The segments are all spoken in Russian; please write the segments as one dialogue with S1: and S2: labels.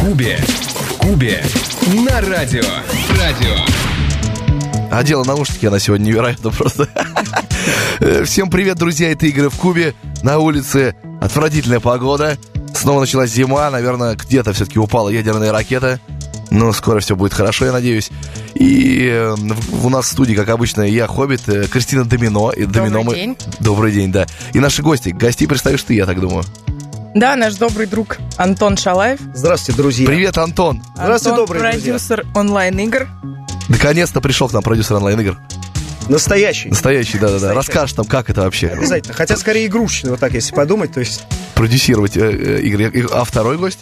S1: Кубе. В Кубе. На радио. Радио.
S2: Одела А наушники, она сегодня невероятно просто. Э, Всем привет, друзья, это игры в Кубе. На улице отвратительная погода. Снова началась зима, наверное, где-то все-таки упала ядерная ракета. Но скоро все будет хорошо, я надеюсь. И э, в- у нас в студии, как обычно, я Хоббит, э, Кристина Домино. И Домино мы-
S3: день.
S2: Добрый день, да. И наши гости. Гостей представишь ты, я так думаю.
S3: Да, наш добрый друг Антон Шалаев.
S4: Здравствуйте, друзья.
S2: Привет, Антон.
S4: Здравствуй,
S3: Антон,
S4: добрые друзья.
S3: продюсер онлайн-игр.
S2: Наконец-то пришел к нам продюсер онлайн-игр.
S4: Настоящий.
S2: Настоящий, да-да-да.
S4: Настоящий.
S2: Расскажешь нам, как это вообще?
S4: Обязательно. Хотя скорее игрушечный, вот так, если подумать. То есть
S2: Продюсировать э, э, игры. И- А второй гость?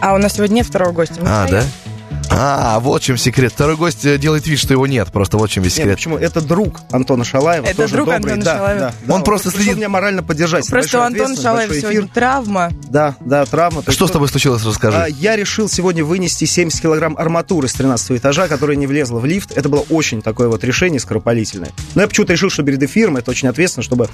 S3: А у нас сегодня нет второго гостя. Ну,
S2: А, да?
S3: понятно.
S2: А, вот в чем секрет. Второй гость э, делает вид, что его нет. Просто вот в чем весь
S4: нет,
S2: секрет.
S4: почему? Это друг Антона Шалаева.
S3: Это
S4: тоже
S3: друг
S4: добрый.
S3: Антона
S4: Да,
S3: Шалаева.
S4: да, да.
S2: Он просто
S4: пришел
S2: следит-
S4: меня морально поддержать.
S3: Просто у
S4: Большая
S3: Антона
S4: ответственность,
S3: Шалаева
S4: большой эфир.
S3: сегодня травма.
S4: Да, да, травма. То есть
S2: Что с
S4: тут-
S2: тобой случилось,
S4: а,
S2: расскажи.
S4: Я решил сегодня вынести 70 килограмм арматуры с 13 этажа, которая не влезла в лифт. Это было очень такое вот решение скоропалительное. Но я почему-то решил, что перед эфиром это очень ответственно, чтобы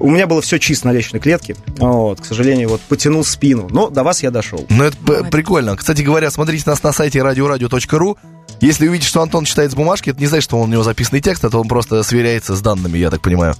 S4: у меня было все чисто на лестничной клетке. Вот, к сожалению, вот потянул спину. Но до вас я дошел.
S2: Ну, это п- прикольно. Кстати говоря, смотрите нас на сайте радиорадио.ру. Если увидите, что Антон читает с бумажки, это не значит, что он, у него записанный текст, а то он просто сверяется с данными, я так понимаю.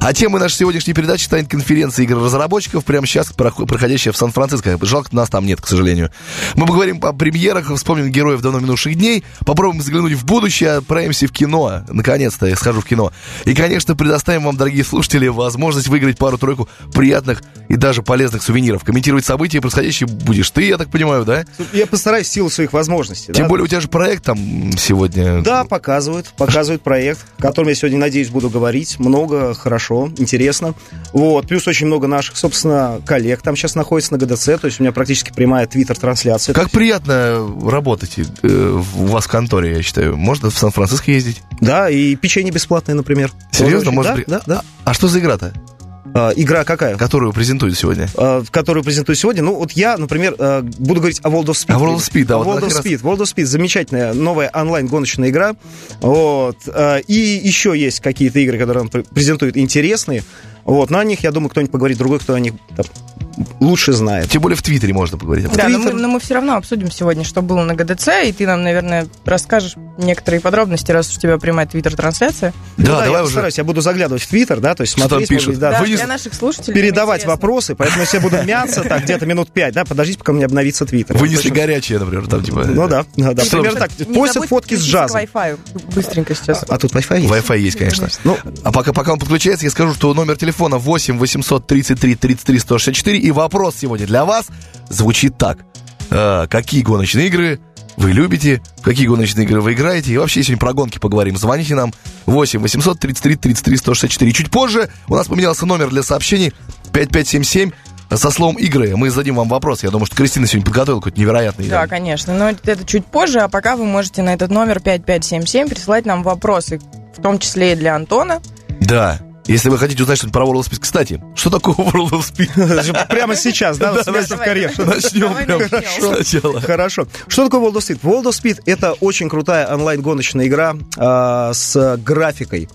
S2: А темой нашей сегодняшней передачи станет конференция игр разработчиков, прямо сейчас прох- проходящая в Сан-Франциско. Жалко, нас там нет, к сожалению. Мы поговорим о премьерах, вспомним героев давно минувших дней, попробуем заглянуть в будущее, отправимся в кино. Наконец-то я схожу в кино. И, конечно, предоставим вам, дорогие слушатели, возможность выиграть пару-тройку приятных и даже полезных сувениров. Комментировать события, происходящие будешь ты, я так понимаю, да?
S4: Я постараюсь в силу своих возможностей.
S2: Тем
S4: да.
S2: более ну. у тебя же проект там сегодня.
S4: Да, показывают, показывают проект, о котором я сегодня, надеюсь, буду говорить. Много, хорошо, интересно. Вот, плюс очень много наших, собственно, коллег там сейчас находится на ГДЦ, то есть у меня практически прямая твиттер-трансляция.
S2: Как приятно работать э, у вас в конторе, я считаю. Можно в Сан-Франциско ездить.
S4: Да, и печенье бесплатное, например.
S2: Серьезно?
S4: Тоже очень-
S2: Может
S4: да,
S2: при-
S4: да, да.
S2: А что за игра-то,
S4: А, игра какая?
S2: которую презентуют сегодня?
S4: А, которую презентую сегодня. Ну, вот я, например, э, буду говорить о World of Speed.
S2: О World of Speed, да,
S4: О
S2: вот
S4: World
S2: как
S4: of
S2: раз-
S4: Speed. World of Speed замечательная новая онлайн-гоночная игра. Вот. Э, И еще есть какие-то игры, которые он пр- презентует интересные. Вот. Но о них, я думаю, кто-нибудь поговорит, другой, кто о них там, лучше знает.
S2: Тем более в Твиттере можно поговорить.
S3: Да, но мы,
S4: Твиттер.
S3: но мы все равно обсудим сегодня, что было на ГДЦ, и ты нам, наверное, расскажешь некоторые подробности, раз уж у тебя прямая твиттер-трансляция.
S4: Ну
S2: Да,
S4: я
S2: давай уже.
S4: постараюсь, я буду заглядывать в Твиттер, да, то есть
S2: Что там
S4: смотреть, может
S2: пишут?
S4: быть, да,
S3: Да,
S2: Вынес-
S3: для наших слушателей.
S4: передавать
S3: интересно.
S4: вопросы, поэтому я буду мяться так где-то минут пять, да, подождите, пока у меня обновится Твиттер.
S2: Вынесли
S4: Точно.
S2: горячее, например, там типа.
S4: Ну да, да, да.
S2: Что
S4: Примерно
S2: там?
S4: так,
S3: Не
S4: постят
S3: забудь
S4: фотки с
S3: подключиться
S4: джазом.
S3: К Wi-Fi. Быстренько сейчас.
S4: А тут Wi-Fi есть?
S2: Wi-Fi есть, конечно.
S4: Ну,
S2: А пока, пока он подключается, я скажу, что номер телефона 8 833 33 164. И вопрос сегодня для вас звучит так. Э, какие гоночные игры вы любите? В какие гоночные игры вы играете? И вообще сегодня про гонки поговорим. Звоните нам 8 833 33 164. И чуть позже у нас поменялся номер для сообщений 5577 со словом «игры». Мы зададим вам вопрос. Я думаю, что Кристина сегодня подготовила какой-то невероятный.
S3: Да,
S2: там,
S3: конечно. Но это чуть позже, а пока вы можете на этот номер 5577 присылать нам вопросы, в том числе и для Антона.
S2: Да. Если вы хотите узнать что-нибудь про World of Speed. Кстати, что такое World of Speed?
S4: Это же Прямо сейчас, да, с мясом в
S3: давай,
S4: карьер.
S3: давай.
S2: Начнем
S3: Давай
S2: прямо
S3: начнем.
S2: сначала.
S4: Хорошо. Что такое World of Speed? World of Speed — это очень крутая онлайн-гоночная игра а, с графикой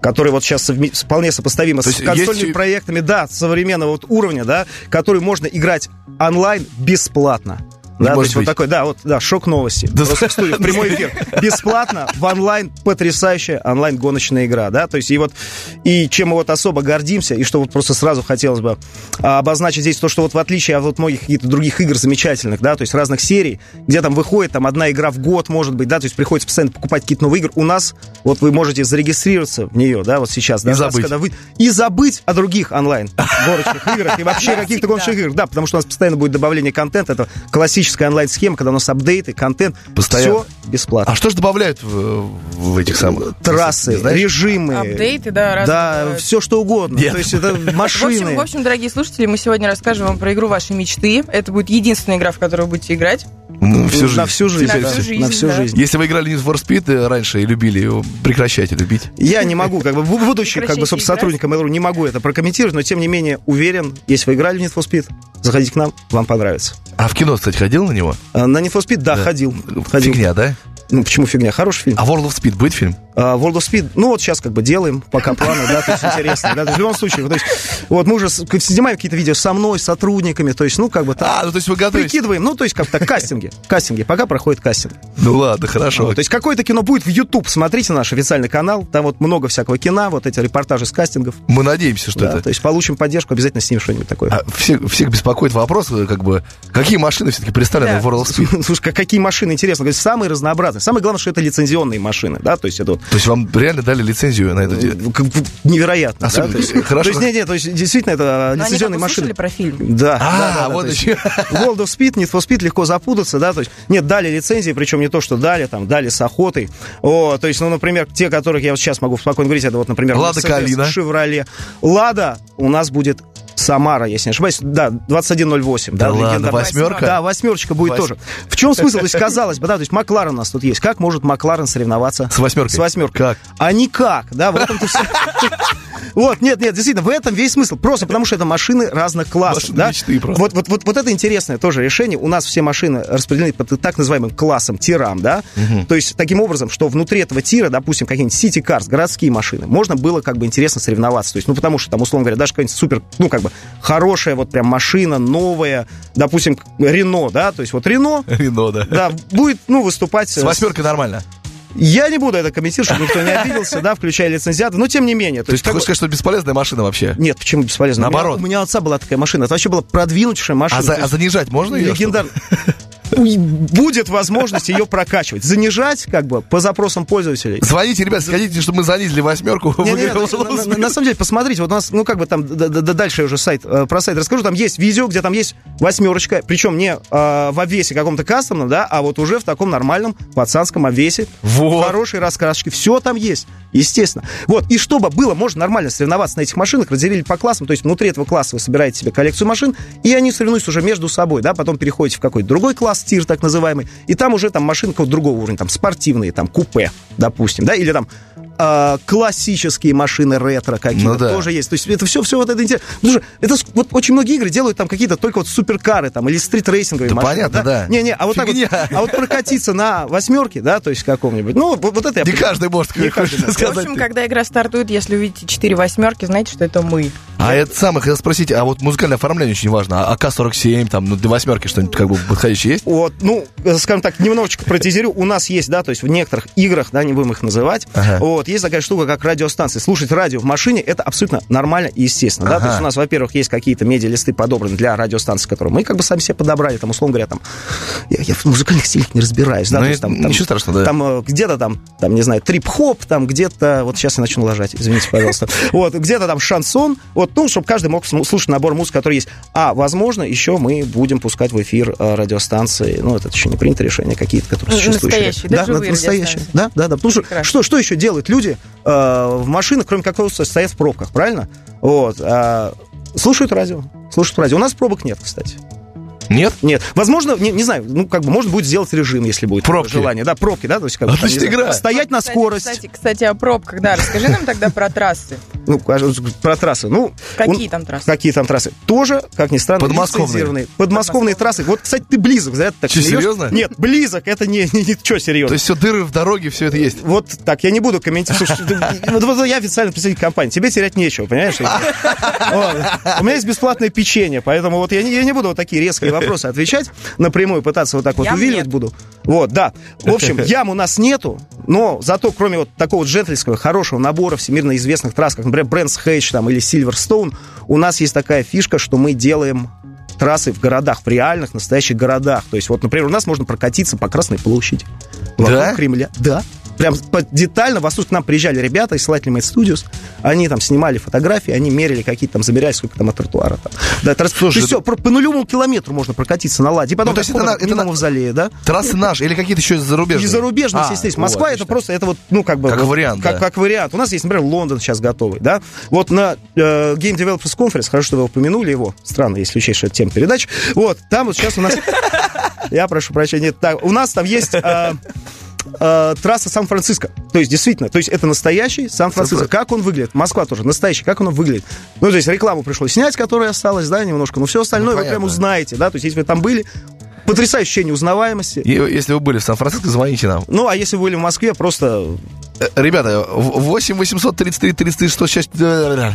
S4: которая вот сейчас совме- вполне сопоставима
S2: То
S4: с
S2: есть
S4: консольными
S2: есть-
S4: проектами, да, современного вот уровня, да, который можно играть онлайн бесплатно.
S2: Не
S4: Да, то
S2: может
S4: есть вот
S2: быть.
S4: такой, да, вот, да, шок новости.
S2: Да.
S4: Просто в студию, в прямой эфир. Бесплатно, в онлайн, потрясающая онлайн-гоночная игра, да, то есть и вот, и чем мы вот особо гордимся, и что вот просто сразу хотелось бы а, обозначить здесь то, что вот в отличие от вот многих каких-то других игр замечательных, да, то есть разных серий, где там выходит там одна игра в год, может быть, да, то есть приходится постоянно покупать какие-то новые игры, у нас вот вы можете зарегистрироваться в нее, да, вот сейчас, да,
S2: И
S4: раз,
S2: забыть.
S4: когда вы- и забыть о других онлайн гоночных играх и вообще каких-то гоночных играх, да, потому что у нас постоянно будет добавление контента, это классическая онлайн-схема, когда у нас апдейты, контент,
S2: Постоянно.
S4: все бесплатно.
S2: А что же добавляют в, в этих самых?
S4: Трассы,
S2: А Знаешь?
S4: режимы,
S3: Апдейты, да, разные
S4: да,
S3: бывают.
S4: все что угодно.
S2: Нет.
S4: То есть это
S3: В общем,
S4: машины.
S3: в общем, дорогие слушатели, мы сегодня расскажем вам про игру вашей мечты. Это будет единственная игра, в которую будете играть.
S2: Ну, всю жизнь.
S4: На всю жизнь.
S3: На
S4: да.
S3: всю жизнь,
S4: На всю
S3: да.
S4: жизнь.
S2: Если вы играли Need for Speed э, раньше и любили его, прекращайте любить.
S4: Я не могу, как бы, бу- будучи, как бы,
S3: Прекращайте
S4: собственно, сотрудником Mail.ru, не могу это прокомментировать, но, тем не менее, уверен, если вы играли в Need for Speed, заходите к нам, вам понравится.
S2: А в кино, кстати, ходил на него?
S4: А На Need for Speed, да,
S2: Да.
S4: ходил. ходил.
S2: Фигня, да?
S4: Ну, почему фигня? Хороший фильм.
S2: А World of Speed будет фильм?
S4: А, World of Speed, ну вот сейчас как бы делаем, пока планы, да, то есть интересно, да, то есть в любом случае, то есть, вот мы уже с- к- снимаем какие-то видео со мной, с сотрудниками, то есть, ну как бы так,
S2: А, ну то есть вы готовитесь?
S4: прикидываем, ну то есть как-то кастинги, кастинги, пока проходит кастинг.
S2: Ну ладно, хорошо.
S4: Вот, то есть какое-то кино будет в YouTube, смотрите наш официальный канал, там вот много всякого кино, вот эти репортажи с кастингов,
S2: Мы надеемся, что
S4: Да,
S2: это...
S4: то есть получим поддержку, обязательно снимем что-нибудь такое.
S2: А все- всех беспокоит вопрос, э, как бы, какие машины все-таки представлены
S3: Да.
S2: в World of Speed?
S4: Слушай, как- какие машины, интересно, то есть самые разнообразные. Самое главное, что это лицензионные машины, да, то есть это вот
S2: То есть вам реально дали лицензию на это дело?
S4: э, как бы невероятно. да,
S2: Особенно-
S4: то есть-
S2: хорошо.
S4: То есть, нет, нет, то есть действительно это э,
S3: Но они как
S4: лицензионные
S3: услышали
S4: машины.
S3: про фильм.
S4: Да,
S2: А,
S4: да, да, да,
S2: вот
S4: то есть
S2: еще.
S4: World of Speed, Need for Speed легко запутаться, да, то есть нет, дали лицензии, причем не то, что дали, там, дали с охотой. О, то есть, ну, например, те, которых я вот сейчас могу спокойно говорить, это вот, например,
S2: Лада
S4: Mercedes,
S2: Калина.
S4: Шевроле. Лада у нас будет Самара, если не ошибаюсь, да, 2108.
S2: Да ладно,
S4: легендарная.
S2: восьмерка?
S4: Да, восьмерочка будет
S2: Вось-
S4: тоже. В чем смысл? То есть, казалось бы, да, то есть Макларен у нас тут есть. Как может Макларен соревноваться
S2: С восьмеркой?
S4: С восьмеркой.
S2: Как?
S4: А никак, да, в этом Вот, нет, нет, действительно, в этом весь смысл. Просто потому, что это машины разных классов.
S2: Машины
S4: да?
S2: мечты просто.
S4: Вот, вот, вот, вот это интересное тоже решение. У нас все машины распределены по так называемым классам, тирам, да? То есть таким образом, что внутри этого тира, допустим, какие-нибудь сити карс, городские машины, можно было как бы интересно соревноваться. То есть, ну, потому что там, условно говоря, даже какая-нибудь супер, ну, как бы хорошая вот прям машина, новая, допустим, Рено, да? То есть вот Рено,
S2: Рено, да.
S4: да, будет, ну, выступать...
S2: С восьмеркой нормально.
S4: Я не буду это комментировать, чтобы никто не обиделся, да, включая лицензиата, но тем не менее.
S2: То есть ты
S4: такой-
S2: хочешь сказать, что это бесполезная машина вообще?
S4: нет, почему бесполезно?
S2: Наоборот.
S4: У меня, у меня отца была такая машина. Это вообще была продвинутейшая машина.
S2: А, за- а
S4: То есть
S2: занижать можно ее?
S4: легендар- Ой, Будет возможность ее прокачивать. Занижать, как бы, по запросам пользователей.
S2: что ли? Звоните, ребят, скажите, чтобы мы занизили восьмерку.
S4: Не, не, не,
S2: Выиграл
S4: на- на-
S2: World
S4: на,
S2: of
S4: на самом деле, посмотрите, вот у нас, ну как бы там, да- да- да- дальше я уже сайт, э, про сайт расскажу, там есть видео, где там есть восьмерочка, причем не э, в обвесе каком-то кастомном, да, а вот уже в таком нормальном пацанском обвесе,
S2: Вот.
S4: хорошие раскрашки, все там есть, естественно. Вот, и чтобы было, можно нормально соревноваться на этих машинах, разделили по классам, то есть внутри этого класса вы собираете себе коллекцию машин, и они соревнуются уже между собой, да, потом переходите в какой-то другой класс, тир так называемый, и там уже там машины какого-то другого уровня, там спортивные, там купе, допустим, да, или там а, классические машины ретро какие-то
S2: Ну да.
S4: тоже есть. То есть это все, все вот это интересно. Потому что это ск- вот очень многие игры делают там какие-то только вот суперкары там или стритрейсинговые
S2: Да
S4: машины.
S2: понятно, да.
S4: Не, не, а вот так вот-
S2: Фигня.
S4: а вот прокатиться на восьмерке, да, то есть каком-нибудь. Ну, вот, вот это я
S2: Speed. Не
S4: понимаю.
S2: каждый может
S4: Не каждый, да.
S2: сказать.
S3: В общем, когда игра стартует, если увидите четыре восьмерки, знаете, что это мы.
S2: А это самое, хотел спросить, а вот музыкальное оформление очень важно. А АК-47, там, ну, для восьмерки что-нибудь как бы подходящее есть?
S4: Вот, ну, э, скажем так, немножечко протезерю. У нас есть, да, то есть в некоторых играх, да, не будем их называть,
S2: Ага.
S4: вот, есть такая штука, как радиостанции. Слушать радио в машине это абсолютно нормально и естественно, да.
S2: Ага.
S4: То есть у нас, во-первых, есть какие-то медиалисты подобраны для радиостанций, которые мы как бы сами себе подобрали, там, условно говоря, там, я, я в музыкальных стилях не разбираюсь, да,
S2: Ну,
S4: то
S2: и
S4: есть там, там-
S2: ничего страшного, да.
S4: там, э, где-то там, там, не знаю, трип-хоп, там где-то, вот сейчас я начну лажать, извините, пожалуйста, вот, где-то там шансон, вот, ну, чтобы каждый мог см- слушать набор музык, который есть. А, возможно, еще мы будем пускать в эфир э, радиостанции, ну, это еще не принято решение, какие-то, которые
S3: Н-
S4: существующие.
S3: настоящие, да,
S4: да,
S3: живые
S4: на- настоящие,
S3: радиостанции.
S4: да, да, да, потому что
S3: Прекрасно.
S4: что, что еще делают люди э, в машинах, кроме как просто стоят в пробках, правильно? Вот, а, слушают радио, слушают радио. У нас пробок нет, кстати.
S2: Нет?
S4: Нет. Возможно, не, не знаю, ну, как бы, можно будет сделать режим, если будет
S2: Пробки.
S4: желание. Да, пробки, да, то есть, как бы, там,
S2: Отличная
S4: не знаю,
S2: игра.
S4: стоять на
S3: Кстати,
S4: скорость.
S3: Кстати, кстати, о пробках, да. Расскажи нам тогда про трассы.
S4: Ну, кажется, про трассы. Ну,
S3: Какие
S4: он-
S3: там трассы?
S4: Какие там трассы? Тоже, как ни странно,
S2: Подмосковные.
S4: лицензированные. Подмосковные трассы. Вот, кстати, ты близок, да? ты так
S2: Чё,
S4: смеёшься?
S2: серьёзно?
S4: Нет, близок, это не, не, не- чё серьезно.
S2: То есть все дыры в дороге, все это есть.
S4: Вот так, я не буду комментировать. Слушай, ты- вот- вот я официально представитель компании, тебе терять нечего, понимаешь? Вот. У меня есть бесплатное печенье, поэтому вот я не, я не буду вот такие резкие вопросы отвечать напрямую, пытаться вот так вот
S3: Ям
S4: увиливать
S3: нет.
S4: буду. Вот, да. В общем, ям у нас нету, но зато кроме вот такого вот джентльского, хорошего набора всемирно известных трасс, как, например, Брэнс Хэтч там или Silverstone, у нас есть такая фишка, что мы делаем трассы в городах, в реальных, настоящих городах. То есть, вот, например, у нас можно прокатиться по Красной площади. Вокруг
S2: Да?
S4: Кремля. Да. Прям по- детально. В Восток к нам приезжали ребята из Lightning Made Studios. Они там снимали фотографии, они мерили какие-то там, замеряли, сколько там от тротуара. Там. Да, трасс-
S2: Слушай,
S4: то есть всё, про- по нулевому километру можно прокатиться на ладе. И потом
S2: Ну, то есть
S4: как
S2: это
S4: по
S2: на- это на-
S4: Минному зале, да?
S2: Трассы наши или какие-то еще зарубежные?
S4: И зарубежные,
S2: А,
S4: естественно. есть.
S2: о,
S4: Москва это
S2: отлично.
S4: просто, это вот, ну, как бы...
S2: Как
S4: вот,
S2: вариант,
S4: Как,
S2: да.
S4: как вариант. У нас есть, например, Лондон сейчас готовый, да? Вот на э, Game Developers Conference, хорошо, что вы упомянули его, странно, если учесть, что это тема передач, вот, там вот сейчас у нас... Я прошу прощения, нет, так, у нас там есть... э, э, трасса Сан-Франциско. То есть, действительно, то есть это настоящий Сан-Франциско. Как он выглядит? Москва тоже настоящий. Как он выглядит? Ну, то есть рекламу пришлось снять, которая осталась, да, немножко. Но все остальное вы
S2: Ну, понятно.
S4: прям узнаете, да? То есть если вы там были, потрясающее ощущение узнаваемости.
S2: Е- Если вы были в Сан-Франциско, звоните нам.
S4: Ну, а если вы были в Москве, просто
S2: э, ребята, в- 8 833 33 106... э,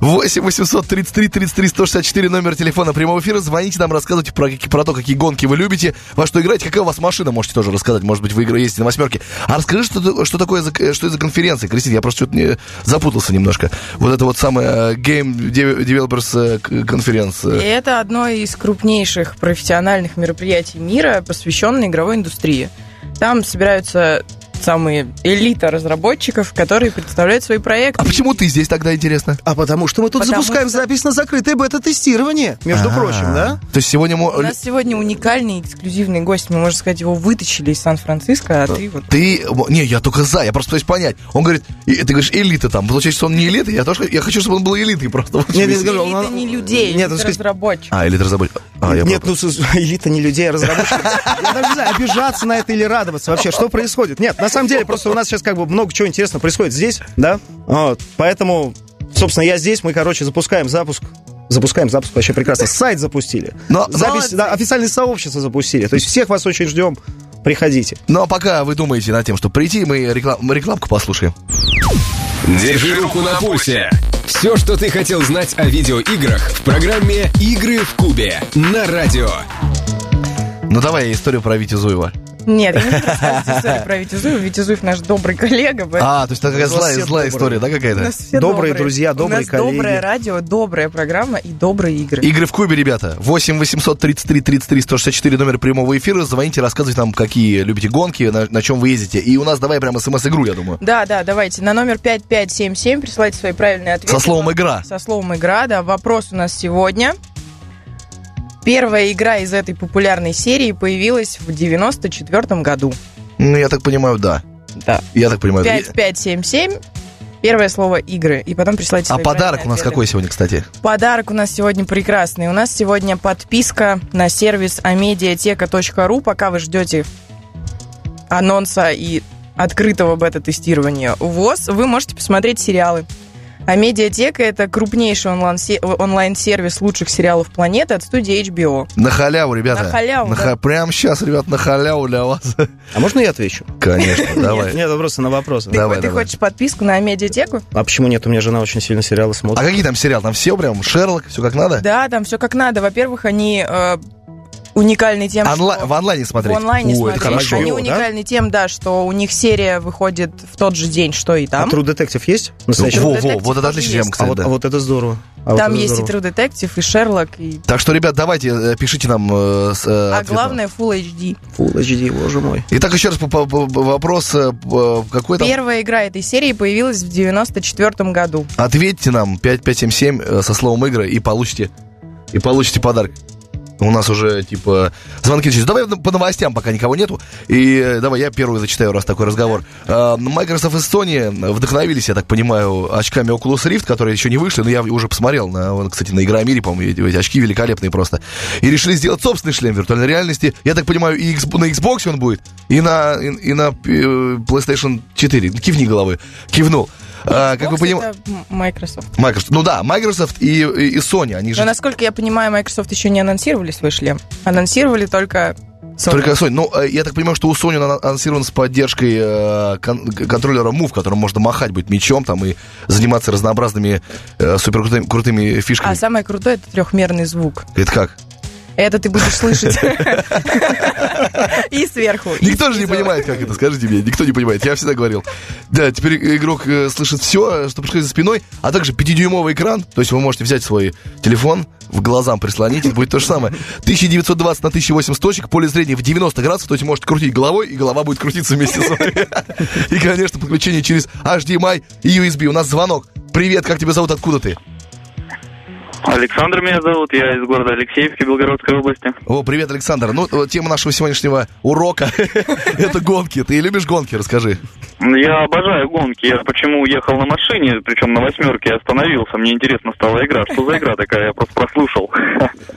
S2: 8 833 33 164 номер телефона прямого эфира. Звоните нам, рассказывайте про, какие- про то, какие гонки вы любите, во что играете, какая у вас машина, можете тоже рассказать. Может быть, вы игра- ездите на восьмерке. А расскажи, что, ты- что такое, за, э, что это за конференция, Кристина? Я просто что-то не, запутался немножко. Вот это вот самая э, Game Deve- Developers э, к- конференция.
S4: Э,
S3: И это одно из крупнейших профессиональных мероприятий мира, посвященное игровой индустрии. Там собираются самые элита разработчиков, которые представляют свои проекты.
S2: А почему ты здесь тогда, интересно?
S4: А потому что мы тут
S3: Потому
S4: запускаем
S3: что-
S4: запись на закрытое бета-тестирование, между
S2: А.
S4: прочим, да?
S2: То есть сегодня... мо-
S3: У нас сегодня уникальный эксклюзивный гость. Мы, можно сказать, его вытащили из Сан-Франциско, а ты вот...
S2: Ты... Не, я только за, я просто пытаюсь понять. Он говорит, и- ты говоришь, элита там. Получается, что он не элита, я тоже я хочу, чтобы он был элитой просто. Вот
S4: Нет,
S2: весь-
S4: нет, скажу,
S3: Элита
S4: он-
S3: не людей,
S4: ну, Нет,
S3: элита
S4: он сказать-
S3: разработчиков.
S2: А, элита разработчик. А, я
S4: Нет,
S2: пропал.
S4: ну с- с- элита не людей, а разработчиков. Я даже не знаю, обижаться на это или радоваться вообще, что происходит. Нет, на самом деле, просто у нас сейчас как бы много чего интересного происходит здесь, да? Вот, поэтому, собственно, я здесь, мы, короче, запускаем запуск Запускаем запуск вообще прекрасно. Сайт запустили.
S2: Но-
S4: Запись, да, официальное сообщество запустили. То есть всех вас очень ждем. Приходите.
S2: Ну, а пока вы думаете над тем, что прийти, мы реклам- мы рекламку послушаем.
S1: Держи руку на пульсе. Все, что ты хотел знать о видеоиграх в программе «Игры в кубе» на радио.
S2: Ну, давай историю про Витю Зуева.
S3: Нет, я не буду рассказывать историю про Витязуева. Витязуев наш добрый коллега. поэтому
S2: А, то есть такая
S4: У вас
S2: злая, злая
S4: все добрые.
S2: история, да,
S3: у
S2: какая-то?
S3: нас все
S4: Добрые друзья, добрые
S3: У нас
S4: коллеги.
S3: доброе радио, добрая программа и добрые игры.
S2: Игры в Кубе, ребята. 8 833 33 164 номер прямого эфира. Звоните, рассказывайте нам, какие любите гонки, на, чем вы ездите. И у нас давай прямо смс-игру, я думаю.
S3: Да, да, давайте. На номер 5577 присылайте свои правильные ответы.
S2: Со словом «игра».
S3: Со словом «игра», да. Вопрос у нас сегодня. Первая игра из этой популярной серии появилась в 94 году.
S2: Ну, я так понимаю, да.
S3: Да.
S2: Я так понимаю.
S3: 5577. Первое слово «игры». И потом присылайте
S2: А
S3: свои
S2: подарок
S3: правильные
S2: у нас
S3: ответы.
S2: какой сегодня, кстати?
S3: Подарок у нас сегодня прекрасный. У нас сегодня подписка на сервис amediateca.ru. Пока вы ждете анонса и открытого бета-тестирования ВОЗ, вы можете посмотреть сериалы. Амедиатека – это крупнейший онлайн-се- онлайн-сервис лучших сериалов планеты от студии HBO.
S2: На халяву, ребята.
S3: На халяву,
S2: На ха- Прямо сейчас, ребят, на халяву для вас.
S4: А можно я отвечу?
S2: Конечно, давай.
S4: Нет, это просто на вопросы.
S3: Ты,
S2: Давай,
S3: ты
S2: давай.
S3: хочешь подписку на Амедиатеку?
S4: А почему нет? У меня жена очень сильно сериалы смотрит.
S2: А какие там сериалы? Там все прям, Шерлок, все как надо?
S3: Да, там все как надо. Во-первых, они э, уникальны тем,
S2: Онла-
S3: что...
S2: В онлайне смотреть?
S3: В онлайне
S2: О,
S3: смотреть.
S2: это хорошо.
S3: Они
S4: HBO, да?
S3: уникальны тем, да, что у них серия выходит в тот же день, что и
S4: А
S3: там.
S4: True Detective есть? Настоящий?
S2: во, во,
S3: детектив
S2: вот это
S3: тоже
S2: отличная
S3: есть.
S2: тема,
S4: А
S2: кстати,
S4: вот,
S2: да.
S4: а вот это здорово. А вот
S3: там
S4: это
S3: есть
S4: здорово.
S3: и True Detective, и Шерлок, и...
S2: Так что, ребят, давайте, э, пишите нам э, с, э,
S3: А
S2: ответ на-
S3: главное Full HD.
S4: Full HD, боже мой.
S2: Итак, еще раз по- по- по- вопрос, э, э, какой там?
S3: Первая игра этой серии появилась в 94 году.
S2: Ответьте нам 5577 э, со словом игры и получите, и получите подарок. У нас уже, типа, звонки начались. Давай по новостям, пока никого нету. И э, давай я первый зачитаю, раз такой разговор. Э, Microsoft и Sony вдохновились, я так понимаю, очками Oculus Rift, которые еще не вышли, но я уже посмотрел. На, вот, кстати, на Игромире, по-моему, эти, эти очки великолепные просто. И решили сделать собственный шлем виртуальной реальности. Я так понимаю, и X- на Xbox он будет, и на, и, и на э, PlayStation 4. Кивни головы. Кивнул. Э, как вы
S3: Xbox
S2: поним-
S3: это М- Microsoft.
S2: Microsoft. Ну да, Microsoft и, и, и Sony, они
S3: Но,
S2: же...
S3: насколько я понимаю, Microsoft еще не анонсировали свой шлем. Анонсировали только... Sony.
S2: Только Sony. Ну, э, я так понимаю, что у Sony он ан- анонсирован с поддержкой э, кон- к- контроллера Move, которым можно махать быть мечом там и заниматься разнообразными э, суперкрутыми крутыми фишками.
S3: А самое крутое — это трехмерный звук.
S2: Это как?
S3: Это ты будешь слышать. И сверху. и
S2: Никто же не
S3: снизу.
S2: понимает, как это, скажите мне. Никто не понимает. Я всегда говорил. Да, теперь игрок э, слышит все, что происходит за спиной, а также 5-дюймовый экран. То есть вы можете взять свой телефон, в глазам прислонить, это будет то же самое. 1920 на 1080 точек, поле зрения в 90 градусов, то есть можете крутить головой, и голова будет крутиться вместе с вами. И, конечно, подключение через HDMI и USB. У нас звонок. Привет, как тебя зовут, откуда ты?
S5: Александр меня зовут, я из города Алексеевки Белгородской области.
S2: О, привет, Александр. Ну, э, тема нашего сегодняшнего урока — это гонки. Ты любишь гонки? Расскажи.
S5: Я обожаю гонки, я почему уехал на машине, причем на восьмерке остановился, мне интересно стала игра. Что за игра такая, я просто прослушал.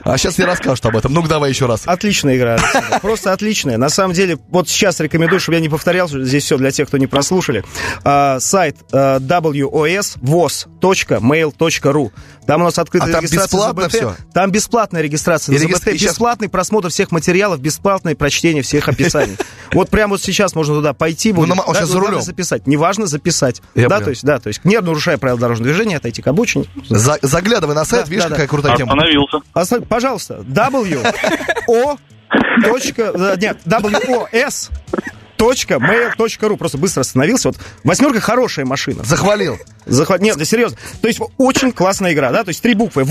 S2: А сейчас я расскажешь об этом. Ну-ка, давай еще раз.
S4: Отличная игра, Александр. Просто отличная. На самом деле, вот сейчас рекомендую, чтобы я не повторял, здесь все для тех, кто не прослушали. А, Сайт а, WOS, bk.mail.ru. Там у нас открытая
S2: А там
S4: регистрация
S2: бесплатно
S4: ЗБТ.
S2: всё?
S4: Там бесплатная регистрация
S2: И
S4: на
S2: регистр-
S4: ЗБТ,
S2: и щас-
S4: бесплатный просмотр всех материалов, бесплатное прочтение всех описаний. Вот прямо вот сейчас можно туда пойти, будет,
S2: на ма- он
S4: да,
S2: щас
S4: ну,
S2: за
S4: надо
S2: рулем.
S4: записать. Неважно записать.
S2: Я
S4: да,
S2: понял.
S4: то есть, да, то есть, не нарушая правила дорожного движения, отойти к обочине.
S2: За- заглядывай на сайт,
S4: Да,
S2: видишь,
S4: да, да.
S2: какая крутая тема.
S5: Остановился. Ну,
S4: Оста- А Пожалуйста, W O точка, э, нет, W O S точка mail точка ру. Просто быстро остановился. Вот восьмерка хорошая машина.
S2: Захвалил.
S4: Захват... Нет, да серьезно. То есть очень классная игра, да? То есть три буквы.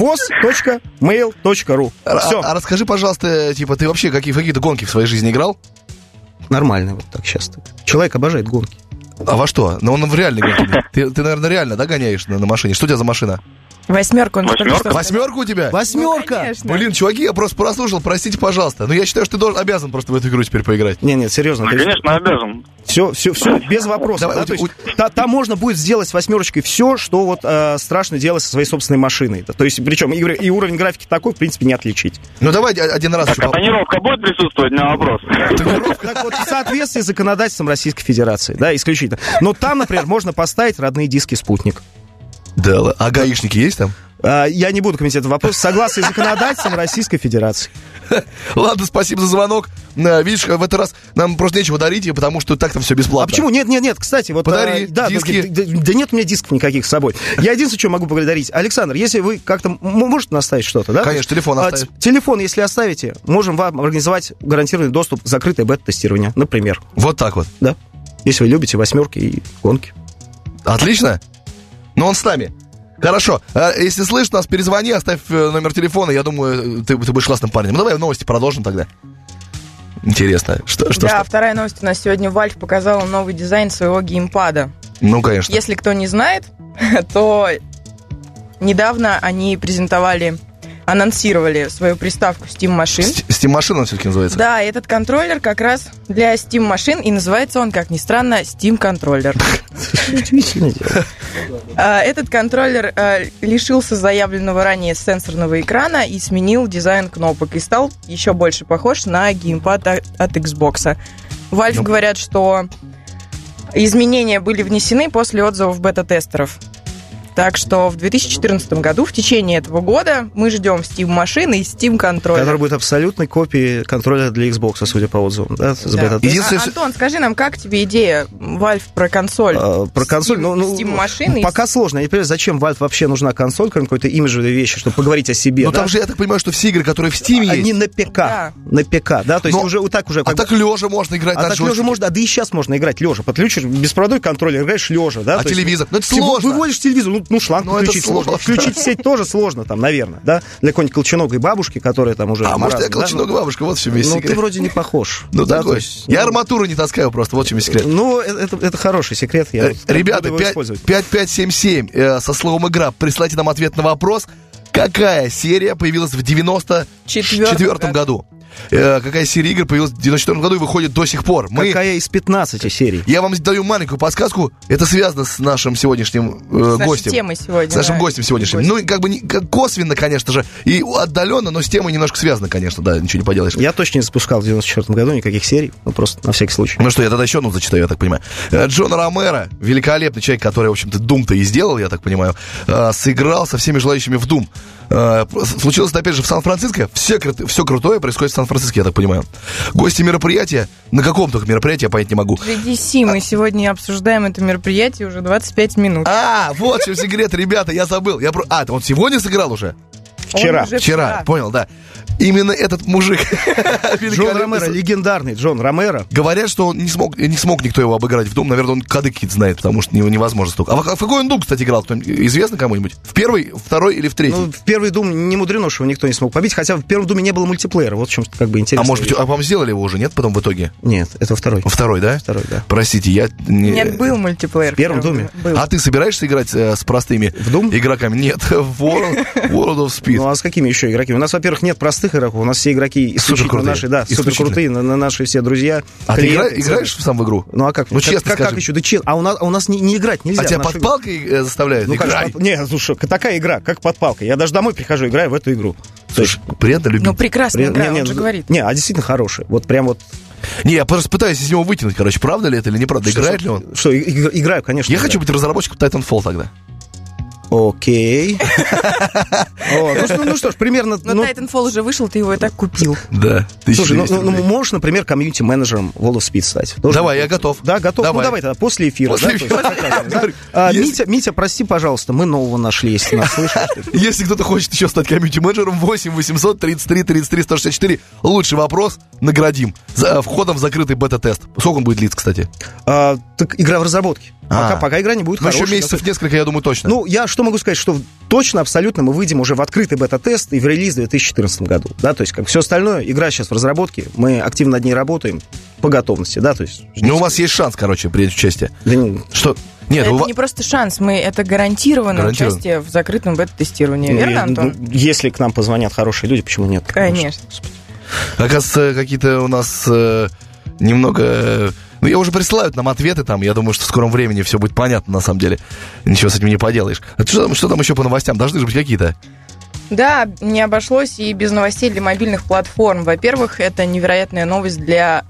S4: vos.mail.ru.
S2: А,
S4: Все.
S2: а расскажи, пожалуйста, типа, ты вообще какие, в какие-то гонки в своей жизни играл?
S4: а, Нормально вот так сейчас. Человек обожает гонки.
S2: А во что? Ну, он в реальной гонке. Ты, ты, наверное, реально, да, гоняешь на, на машине? Что у тебя за машина?
S3: Восьмерку. он только
S5: Восьмерка?
S3: что-
S2: Восьмерка у тебя?
S3: Ну,
S4: Восьмерка!
S3: конечно.
S2: Блин, чуваки, я просто прослушал, простите, пожалуйста. Но я считаю, что ты должен, обязан просто в эту игру теперь поиграть.
S4: Не, нет, серьезно.
S5: Ну, конечно, обязан.
S4: Все, все, все, без вопросов.
S2: Давай,
S4: да,
S2: у
S4: то
S2: тебя-
S4: есть та- там можно будет сделать с восьмерочкой все, что вот э, страшно делать со своей собственной машиной. Да, То есть, причем и, и уровень графики такой, в принципе, не отличить.
S2: Ну, давай о- один раз
S5: Так,
S2: еще
S5: а тонировка будет присутствовать? У меня вопрос.
S4: Так вот, в соответствии с законодательством Российской Федерации, да, исключительно. Но там, например, можно поставить родные диски спутник.
S2: Да, ла- а гаишники есть там?
S4: А, Я не буду комментировать этот вопрос. Согласно с законодательством Российской Федерации.
S2: Ладно, спасибо за звонок. На, Видишь, в этот раз нам просто нечего дарить, и потому что так-то все бесплатно.
S4: А почему? Нет, нет, нет, кстати, вот...
S2: Подари
S4: а, да,
S2: диски.
S4: Да, да- да нет у меня дисков никаких с собой. Я единственное, что могу благодарить. Александр, если вы как-то... м- Может наставить что-то, да?
S2: Конечно, телефон
S4: А,
S2: оставим.
S4: т- Телефон, если оставите, можем вам организовать гарантированный доступ в закрытое бета-тестирование, например.
S2: Вот так вот.
S4: Да? Если вы любите восьмерки и гонки.
S2: Отлично. Но он с нами. Хорошо. А, Если слышишь нас, перезвони, оставь э, номер телефона. Я думаю, э, ты, ты будешь классным парнем. Ну, давай новости продолжим тогда. Интересно. Что, что,
S3: Да,
S2: что?
S3: вторая новость у нас сегодня. Valve показала новый дизайн своего геймпада.
S2: Ну, конечно.
S3: Если кто не знает, то недавно они презентовали, анонсировали свою приставку Steam Machine.
S2: С- Steam машина он все-таки называется.
S3: Да, этот контроллер как раз для Steam машин, и называется он, как ни странно, Steam контроллер.
S4: Удивительное дело.
S3: А, Этот контроллер э, лишился заявленного ранее сенсорного экрана и сменил дизайн кнопок и стал еще больше похож на геймпад о- от Xbox. Valve
S2: Ну.
S3: говорят, что изменения были внесены после отзывов бета-тестеров. Так что в 2014 году, в течение этого года, мы ждем Steam машины и Steam
S4: Который
S3: контроллер.
S4: будет абсолютной копией контроллера для Xbox, судя по отзывам. Да, с
S3: Да.
S4: бета-
S2: И- Единственное,
S3: А,
S2: что-
S3: Антон, скажи нам, как тебе идея Valve про консоль?
S4: А, Про консоль,
S3: Steam-
S4: ну, ну,
S3: Steam машины и-
S4: пока сложно. Я не понимаю, зачем Valve вообще нужна консоль, кроме какой-то имиджевой вещи, чтобы поговорить о себе.
S2: Но Ну,
S4: да? А,
S2: там же, я так понимаю, что все игры, которые в Steam
S4: Они
S2: есть,
S4: на ПК.
S3: Да.
S4: На ПК, да, то есть
S2: Но-
S4: уже вот так уже.
S2: а
S4: как бы-
S2: так лежа можно играть
S4: а
S2: на
S4: так
S2: джойстике.
S4: лежа можно, а да и сейчас можно играть лежа. Подключишь беспроводной контроллер, играешь лежа, да.
S2: А
S4: то есть-
S2: телевизор? Ну, это
S4: Ты вы-
S2: сложно.
S4: Выводишь телевизор, ну, ну, шланг
S2: Ну, это
S4: подключить сложно.
S2: сложно.
S4: Включить сеть тоже сложно там, наверное, да, для какой-нибудь колченогой бабушки, которая там уже...
S2: А может, я
S4: разная, да?
S2: колченок бабушка, вот в чем весь
S4: Ну, ты
S2: секрет.
S4: вроде не похож.
S2: Ну,
S4: да, то
S2: такой.
S4: есть,
S2: Я
S4: ну,
S2: арматуру не таскаю просто, вот в чем весь секрет.
S4: Ну, э- это, это хороший секрет. Я
S2: Э,
S4: вот
S2: Ребята,
S4: буду его использовать.
S2: 5577 э, со словом «игра» присылайте нам ответ на вопрос, какая серия появилась в 94
S3: Четвертом
S2: году. Э, Какая серия игр появилась в 94 году и выходит до сих пор. Мы,
S4: Какая из 15 серий?
S2: Я вам даю маленькую подсказку. Это связано с нашим сегодняшним э,
S3: С нашей
S2: гостем.
S3: темой сегодня.
S2: С нашим
S3: да.
S2: гостем сегодняшним.
S3: Гость.
S2: Ну, и как бы не- как косвенно, конечно же, и отдаленно, но с темой немножко связано, конечно, да, ничего не поделаешь.
S4: Я точно не запускал в 94 году никаких серий, ну просто на всякий случай.
S2: Ну что, я тогда еще одну зачитаю, я так понимаю. Э, Джон Ромеро, великолепный человек, который, в общем-то, Дум-то и сделал, я так понимаю, э, сыграл со всеми желающими в Дум. Э, с- Случилось это, опять же, в Сан-Франциско. Все, крут- все крутое происходит в Сан-Франциско, я так понимаю. Гости мероприятия, на каком только мероприятии, я понять не могу.
S3: GDC, мы сегодня обсуждаем это мероприятие уже 25 минут.
S2: А, вот в чем секрет, ребята, я забыл. Я про... А, он сегодня сыграл уже?
S3: Он
S4: вчера.
S3: уже
S2: Вчера, понял, да. Именно этот мужик.
S4: Джон
S2: великолепный
S4: Ромеро, легендарный Джон Ромеро.
S2: Говорят, что он не смог, не смог никто его обыграть в дом. Наверное, он коды какие-то знает, потому что него невозможно столько. А в, а в какой он дом, кстати, играл? Кто-нибудь- Известно кому-нибудь? В первый, второй или в третий?
S4: Ну, в первый Дум не мудрено, что его никто не смог побить, хотя в первом Думе не было мультиплеера, вот в чем как бы
S2: а
S4: интересно.
S2: может быть, а вам сделали его уже, нет, потом в итоге?
S4: Нет, это второй.
S2: Второй, да?
S4: Второй, да.
S2: Простите, я... не-
S3: Нет, был мультиплеер.
S4: В первом доме?
S3: Был.
S2: А ты собираешься играть э, с простыми
S4: В Doom?
S2: игроками? Нет, в World, World of Speed.
S4: Ну а с какими еще игроки? У нас, во-первых, нет простых игроков, у нас все игроки исключительно
S2: Суперкрутые.
S4: наши, да,
S2: Исключительно.
S4: суперкрутые, на, на наши все друзья.
S2: а ты
S4: клиенты.
S2: игра- играешь сам в игру?
S4: Ну а как?
S2: Ну,
S4: как,
S2: честно
S4: как, как
S2: скажи.
S4: еще? Да честно. А у нас, а у нас не, не играть нельзя.
S2: а тебя
S4: Наши-
S2: под палкой э, заставляют?
S4: Ну, как,
S2: Играй!
S4: под- не, слушай, такая игра, как под палкой. Я даже домой прихожу, играю в эту игру.
S2: Слушай, приятно любить.
S3: Ну, прекрасная
S4: При-
S3: игра,
S4: не, не,
S3: он же
S4: ну,
S3: говорит.
S4: Не, а действительно хорошая. Вот прям вот...
S2: Не, я просто пытаюсь из него вытянуть, короче, правда ли это или неправда. Играет ли он?
S4: Что, и- и- играю, конечно.
S2: Я
S4: играю.
S2: хочу быть разработчиком Titanfall тогда.
S4: Окей. Вот. Ну что- Ну что ж, примерно...
S3: Но
S4: ну,
S3: Titanfall уже вышел, ты его и так купил.
S2: Да.
S4: Слушай, ну,
S2: 1200
S4: ну, ну,
S2: рублей.
S4: можешь, например, комьюнити-менеджером Wall of Speed стать. Тоже-
S2: Давай, я готов.
S4: Да, готов. Ну
S2: Давай.
S4: давай тогда, после эфира.
S2: После
S4: да, то есть
S2: эфира.
S4: показываем, да? А,
S2: Если-
S4: Митя, Митя, прости, пожалуйста, мы нового нашли, если нас слышишь.
S2: Если кто-то хочет еще стать комьюнити-менеджером, 8 800 33 33 164. Лучший вопрос наградим. За, э, входом в закрытый бета-тест. Сколько он будет длиться, кстати?
S4: А, Так игра в разработке. Пока
S2: А.
S4: пока игра не будет
S2: Ну, еще
S4: хорошей,
S2: месяцев несколько, я думаю, точно.
S4: Ну, я что могу сказать, что точно, абсолютно мы выйдем уже в открытый бета-тест и в релиз в 2014 году, да, то есть как все остальное, игра сейчас в разработке, мы активно над ней работаем по готовности, да, то есть...
S2: Ну, у вас есть шанс, короче, принять участие.
S4: Да не-
S2: Что? Нет,
S3: это
S4: ну,
S2: у вас...
S3: не просто шанс, мы это гарантированное
S2: Гарантированно.
S3: участие в закрытом бета-тестировании. Верно,
S4: ну,
S3: Антон?
S4: Если к нам позвонят хорошие люди, почему нет?
S3: Конечно.
S2: Оказывается, какие-то у нас э, немного... э, Ну, я уже присылают нам ответы там. Я думаю, что в скором времени все будет понятно, на самом деле. Ничего с этим не поделаешь. А что там, что там еще по новостям? Должны же быть какие-то.
S3: Да, не обошлось и без новостей для мобильных платформ. Во-первых, это невероятная новость для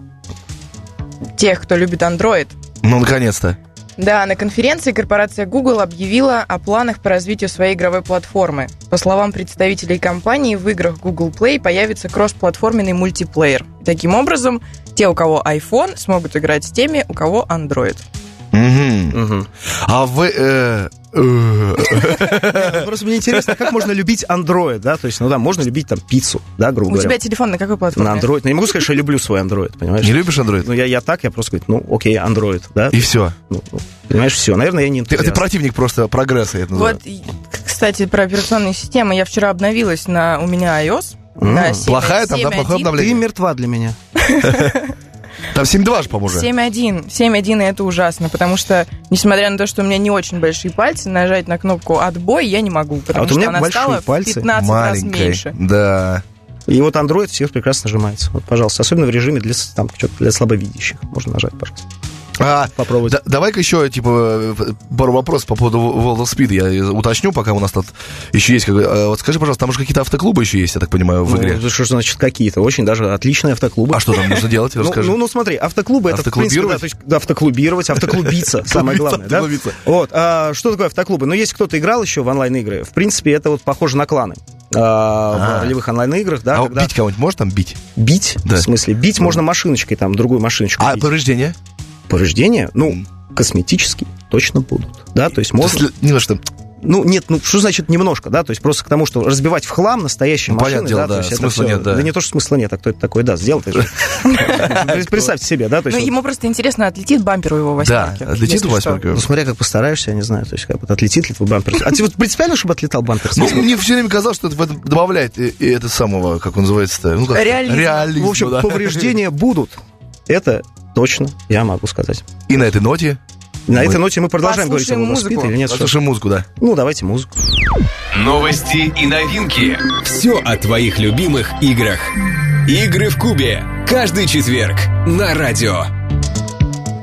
S3: тех, кто любит Android.
S2: Ну, наконец-то.
S3: Да, на конференции корпорация Google объявила о планах по развитию своей игровой платформы. По словам представителей компании, в играх Google Play появится кроссплатформенный мультиплеер. Таким образом, те, у кого iPhone, смогут играть с теми, у кого Android.
S2: Мгм.
S4: Мгм.
S2: А вы... э, э,
S4: Просто мне интересно, как можно любить Android, да, то есть, ну да, можно любить там пиццу, да, грубо
S3: У
S4: говоря.
S3: тебя типа телефон на какой платформе?
S4: на Android. Ну, я не могу сказать, что я люблю свой Android, понимаешь?
S2: Не любишь Android?
S4: Ну, я, я так, я просто говорю, ну, окей, Android, да?
S2: И все.
S4: Ну, ну, понимаешь, все. Наверное, я не
S2: Ты, ты
S4: энтузиаст.
S2: противник просто прогресса, я это называю.
S3: Вот, и, к- кстати, про операционные системы. Я вчера обновилась на у меня iOS.
S4: М,
S3: на 7.1,
S2: Плохая там, да, плохое
S4: Ты
S2: обновление?
S4: мертва для меня.
S2: Там 7.2 же, по-моему, уже.
S3: 7.1. 7.1 и это ужасно, потому что, несмотря на то, что у меня не очень большие пальцы, нажать на кнопку «Отбой» я не могу, потому
S4: А вот у
S3: что
S4: меня
S3: она
S4: большие
S3: стала в
S4: пальцы,
S3: 15 раз
S2: Маленькой.
S3: меньше.
S2: Да.
S4: И вот Android всех прекрасно нажимается. Вот, пожалуйста, особенно в режиме для, с- там, чё-то для слабовидящих. Можно нажать, пожалуйста.
S2: А,
S4: Попробовать.
S2: да- давай-ка еще, типа, э, пару вопросов по поводу World of Speed. Я уточню, пока у нас тут еще есть... как- э, Вот скажи, пожалуйста, там же какие-то автоклубы еще есть, я так понимаю, в
S4: Ну,
S2: игре.
S4: это что значит какие-то? Очень даже отличные автоклубы.
S2: А что там нужно делать?
S4: Ну,
S2: Расскажи.
S4: ну, ну, смотри, автоклубы это в принципе, да,
S2: Автоклубировать?
S4: то есть, да, автоклубировать, автоклубиться, самое главное, да?
S2: автоклубиться.
S4: Вот, а, что такое автоклубы? Ну, если кто-то играл еще в онлайн-игры, в принципе, это вот похоже на кланы.
S2: А.
S4: А, В ролевых онлайн-играх, да,
S2: А
S4: когда
S2: бить кого-нибудь можешь там бить?
S4: бить,
S2: Да.
S4: в смысле, бить можно машиночкой, там, другую машиночку.
S2: А
S4: бить.
S2: повреждения?
S4: Повреждения, ну,
S2: М.
S4: косметические точно будут, да, то есть можно...
S2: То есть, Не на что.
S4: Ну, нет, ну, что значит немножко, да? То есть просто к тому, что разбивать в хлам настоящие
S2: Ну,
S4: машины,
S2: понятное дело, да,
S4: то есть это
S2: смысла
S4: всё-
S2: нет, да.
S4: Да не то, что смысла нет, а кто это такой, да, сделал ты же. Представьте себе, да? то
S3: Ну,
S4: есть вот-
S3: ему просто интересно, отлетит бампер у его
S2: Да,
S3: восьмерки.
S2: отлетит
S3: если
S2: у
S3: что.
S2: восьмерки.
S4: Ну, смотря как постараешься, я не знаю, то есть как вот отлетит ли твой бампер. А тебе вот принципиально, чтобы отлетал бампер?
S2: Ну, мне все время казалось, что это в этом добавляет и, и это самого, как он называется-то? Ну, как-
S3: Реализма.
S2: Реализма,
S4: в общем,
S2: да.
S4: повреждения будут. Это точно я могу сказать.
S2: И на этой ноте
S4: На
S2: Ну, Мы-
S4: этой ноте мы продолжаем говорить о
S3: Послушаем
S4: Лола Спид
S3: музыку.
S4: или нет. что?
S2: послушаем музыку, да.
S4: Ну, давайте музыку.
S1: Новости и новинки. Все о твоих любимых играх. Игры в Кубе. Каждый четверг на радио.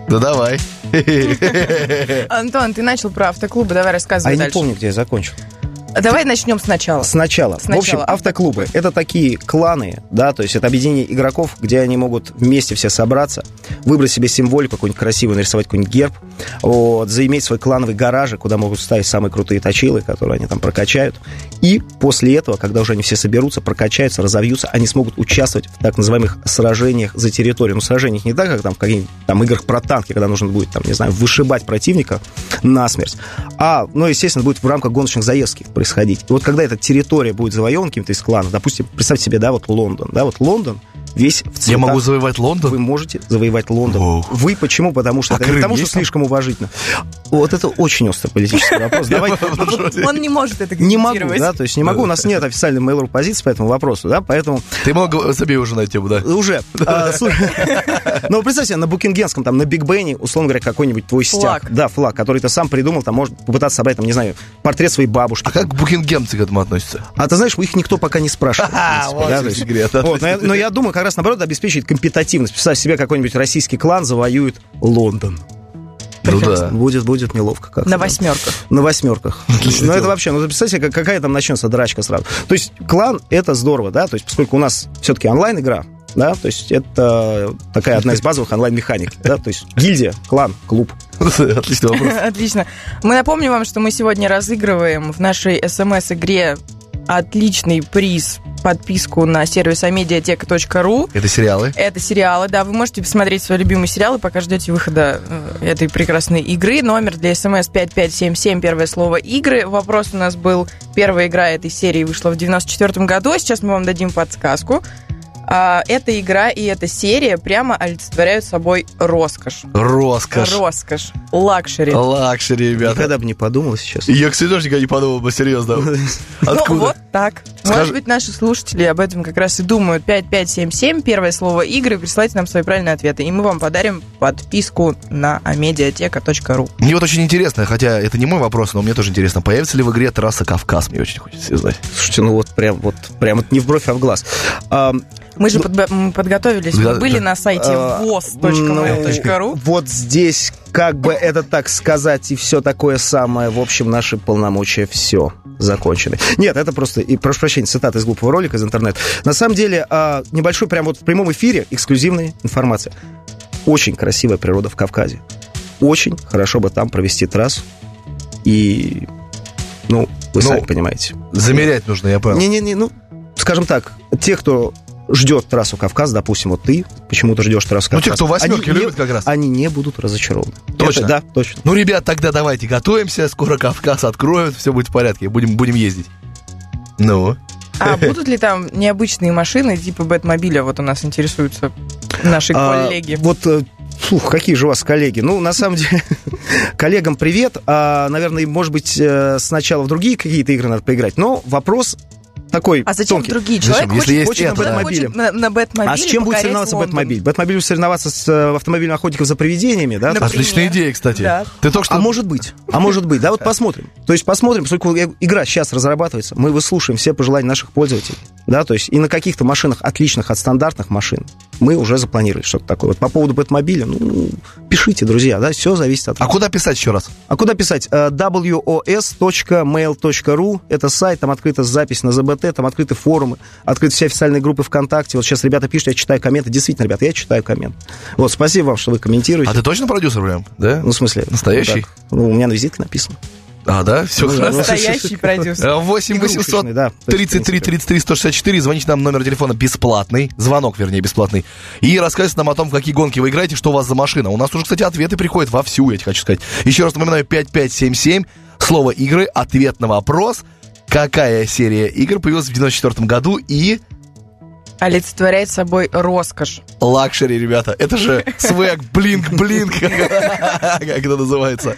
S2: Да давай.
S3: Э, Антон, ты начал про автоклубы, давай
S4: А
S3: рассказывай
S4: я не
S3: дальше. А
S4: помню, где я закончил.
S3: Давай начнем сначала.
S4: Сначала.
S3: Сначала.
S4: В общем, автоклубы — это такие кланы, да, то есть это объединение игроков, где они могут вместе все собраться, выбрать себе символику какую-нибудь красивую, нарисовать какой-нибудь герб, вот, заиметь свой клановый гараж, куда могут ставить самые крутые точилы, которые они там прокачают. И после этого, когда уже они все соберутся, прокачаются, разовьются, они смогут участвовать в так называемых сражениях за территорию. Ну, сражениях не так, как там в каких-нибудь там играх про танки, когда нужно будет, там, не знаю, вышибать противника насмерть. А, ну, естественно, будет в рамках гоночных заездки происходить. И вот когда эта территория будет завоевана кем-то из кланов, допустим, представьте себе, да, вот Лондон, да, вот Лондон весь в
S2: Я
S4: цветах.
S2: могу завоевать
S4: Вы
S2: Лондон?
S4: можете завоевать Лондон.
S2: Воу.
S4: Вы почему? Потому что
S2: А
S4: это
S2: Крым
S4: не потому, что
S2: есть там?
S4: слишком уважительно. Вот это очень острый политический вопрос. Давайте
S3: Он не может это
S4: не могу,
S3: комментировать.
S4: да, то есть не могу. У нас нет официальной mail.ru позиции по этому вопросу, да, поэтому
S2: Ты много забей уже на эту тему, да.
S4: уже. а, слушай, Ну, представь себе, на Букингенском, там, на Биг Бене, условно говоря, какой-нибудь твой стяг.
S3: Флаг.
S4: Да, флаг, который ты сам придумал, там, может попытаться собрать, там, не знаю, портрет своей бабушки.
S2: А как букингемцы к этому относятся?
S4: А ты знаешь, их никто пока не спрашивает. в принципе,
S2: А, вот
S4: да,
S2: в
S4: то есть-
S2: игре, да,
S4: Вот,
S2: то
S4: но, я,
S2: есть-
S4: но я думаю, как раз наоборот обеспечить компетативность. Представь себе, какой-нибудь российский клан завоюет Лондон.
S2: Ну да.
S4: Будет, будет неловко как
S3: На восьмерках.
S4: на восьмерках.
S2: Отлично
S4: Ну, это
S2: дело.
S4: вообще, ну, представьте, как- какая там начнется драчка сразу. То есть клан — это здорово, да, то есть поскольку у нас все-таки онлайн-игра, да, то есть это такая одна из базовых онлайн-механик, да, то есть гильдия, клан, клуб.
S2: Отличный вопрос.
S3: Отлично. Мы напомним вам, что мы сегодня разыгрываем в нашей смс-игре отличный приз подписку на сервис амедиатека.ру.
S2: Это сериалы.
S3: Это сериалы, да. Вы можете посмотреть свои любимые сериалы, пока ждете выхода э, этой прекрасной игры. Номер для смс 5577, первое слово «игры». Вопрос у нас был, первая игра этой серии вышла в 94 году, а сейчас мы вам дадим подсказку. А, эта игра и эта серия прямо олицетворяют собой роскошь.
S2: Роскошь.
S3: Роскошь. Лакшери.
S2: Лакшери, ребята.
S4: Никогда бы не подумал сейчас.
S2: Я, кстати, тоже никогда не подумал бы, серьезно.
S3: Ну, вот
S2: Откуда?
S3: так.
S2: Скажи-
S3: Может быть, наши слушатели об этом как раз и думают. 5577, первое слово игры, присылайте нам свои правильные ответы, и мы вам подарим подписку на amediateka.ru.
S2: Мне вот очень интересно, хотя это не мой вопрос, но мне тоже интересно, появится ли в игре трасса Кавказ? Мне очень хочется знать.
S4: Слушайте, ну вот прям вот прям вот не в бровь, а в глаз. А,
S3: Мы же
S4: Ну,
S3: подбо- м, подготовились,
S2: да,
S3: мы были
S2: да.
S3: на сайте
S4: А, ну,
S3: vos.mail.ru.
S4: э, Вот здесь, как бы это так сказать, и все такое самое. В общем, наши полномочия все закончены. Нет, это просто, и прошу прощения, цитата из глупого ролика из интернета. На самом деле, а, небольшой, прям вот в прямом эфире, эксклюзивная информация. Очень красивая природа в Кавказе. Очень хорошо бы там провести трассу. И, ну, вы
S2: Ну,
S4: сами понимаете.
S2: Замерять нужно, я понял.
S4: Не-не-не, ну, скажем так, те, кто ждет трассу Кавказ, допустим, вот ты почему-то ждешь трассу
S2: Ну,
S4: Кавказ.
S2: те, кто восьмерки
S4: они не- а
S2: любят как раз.
S4: они не будут разочарованы.
S2: Точно?
S4: Это- да, точно.
S2: Ну, ребят, тогда давайте готовимся, скоро Кавказ откроют, все будет в порядке, будем, будем ездить. Ну,
S3: А будут ли там необычные машины типа Бэтмобиля? Вот у нас интересуются наши
S4: А,
S3: коллеги.
S4: вот, э, фух, какие же у вас коллеги. Ну, на самом деле, коллегам привет. А, наверное, может быть, э, сначала в другие какие-то игры надо поиграть. Но вопрос такой
S3: А зачем
S4: тонкий.
S3: другие?
S2: Зачем?
S3: Человек
S2: Если
S3: хочет,
S2: есть
S3: хочет
S2: это,
S3: на
S2: да.
S3: Бэтмобиле- на, на Бэтмобиле
S4: А с чем будет
S3: покорять
S4: соревноваться
S3: Лондон.
S4: Бэтмобиль? Бэтмобиль будет соревноваться с э, автомобилем охотников за привидениями, да?
S3: Например.
S2: отличная идея, кстати.
S3: Да.
S2: Ты только что...
S4: А может быть. А может быть. Да, вот посмотрим. То есть посмотрим, поскольку э- игра сейчас разрабатывается, мы выслушаем все пожелания наших пользователей. Да, то есть и на каких-то машинах, отличных от стандартных машин, мы уже запланировали что-то такое. Вот по поводу Бэтмобиля, ну, пишите, друзья, да, все зависит от
S2: А куда писать еще раз?
S4: а куда писать? Э, wos.mail.ru Это сайт, там открыта запись на ЗБТ, там открыты форумы, открыты все официальные группы ВКонтакте. Вот сейчас ребята пишут, я читаю комменты. Действительно, ребята, я читаю комменты. Вот, спасибо вам, что вы комментируете.
S2: А ты точно продюсер прям? Да?
S4: Ну, в смысле...
S2: Настоящий?
S4: вот так. Ну, у меня на визитке написано.
S2: А, да? Все
S4: Ну,
S2: хорошо.
S3: Настоящий продюсер.
S2: 8 800
S4: Игрушечный, да. То есть, в
S2: 33
S4: принципе.
S2: 33 164. Звоните нам, номер телефона бесплатный. Звонок, вернее, бесплатный. И рассказывайте нам о том, в какие гонки вы играете, что у вас за машина. У нас уже, кстати, ответы приходят вовсю, я тебе хочу сказать. Еще раз напоминаю, 5577, слово игры, ответ на вопрос, какая серия игр появилась в 94 году и
S3: Олицетворяет собой роскошь.
S2: лакшери, ребята. Это же свэг, блинк-блинк, как это называется.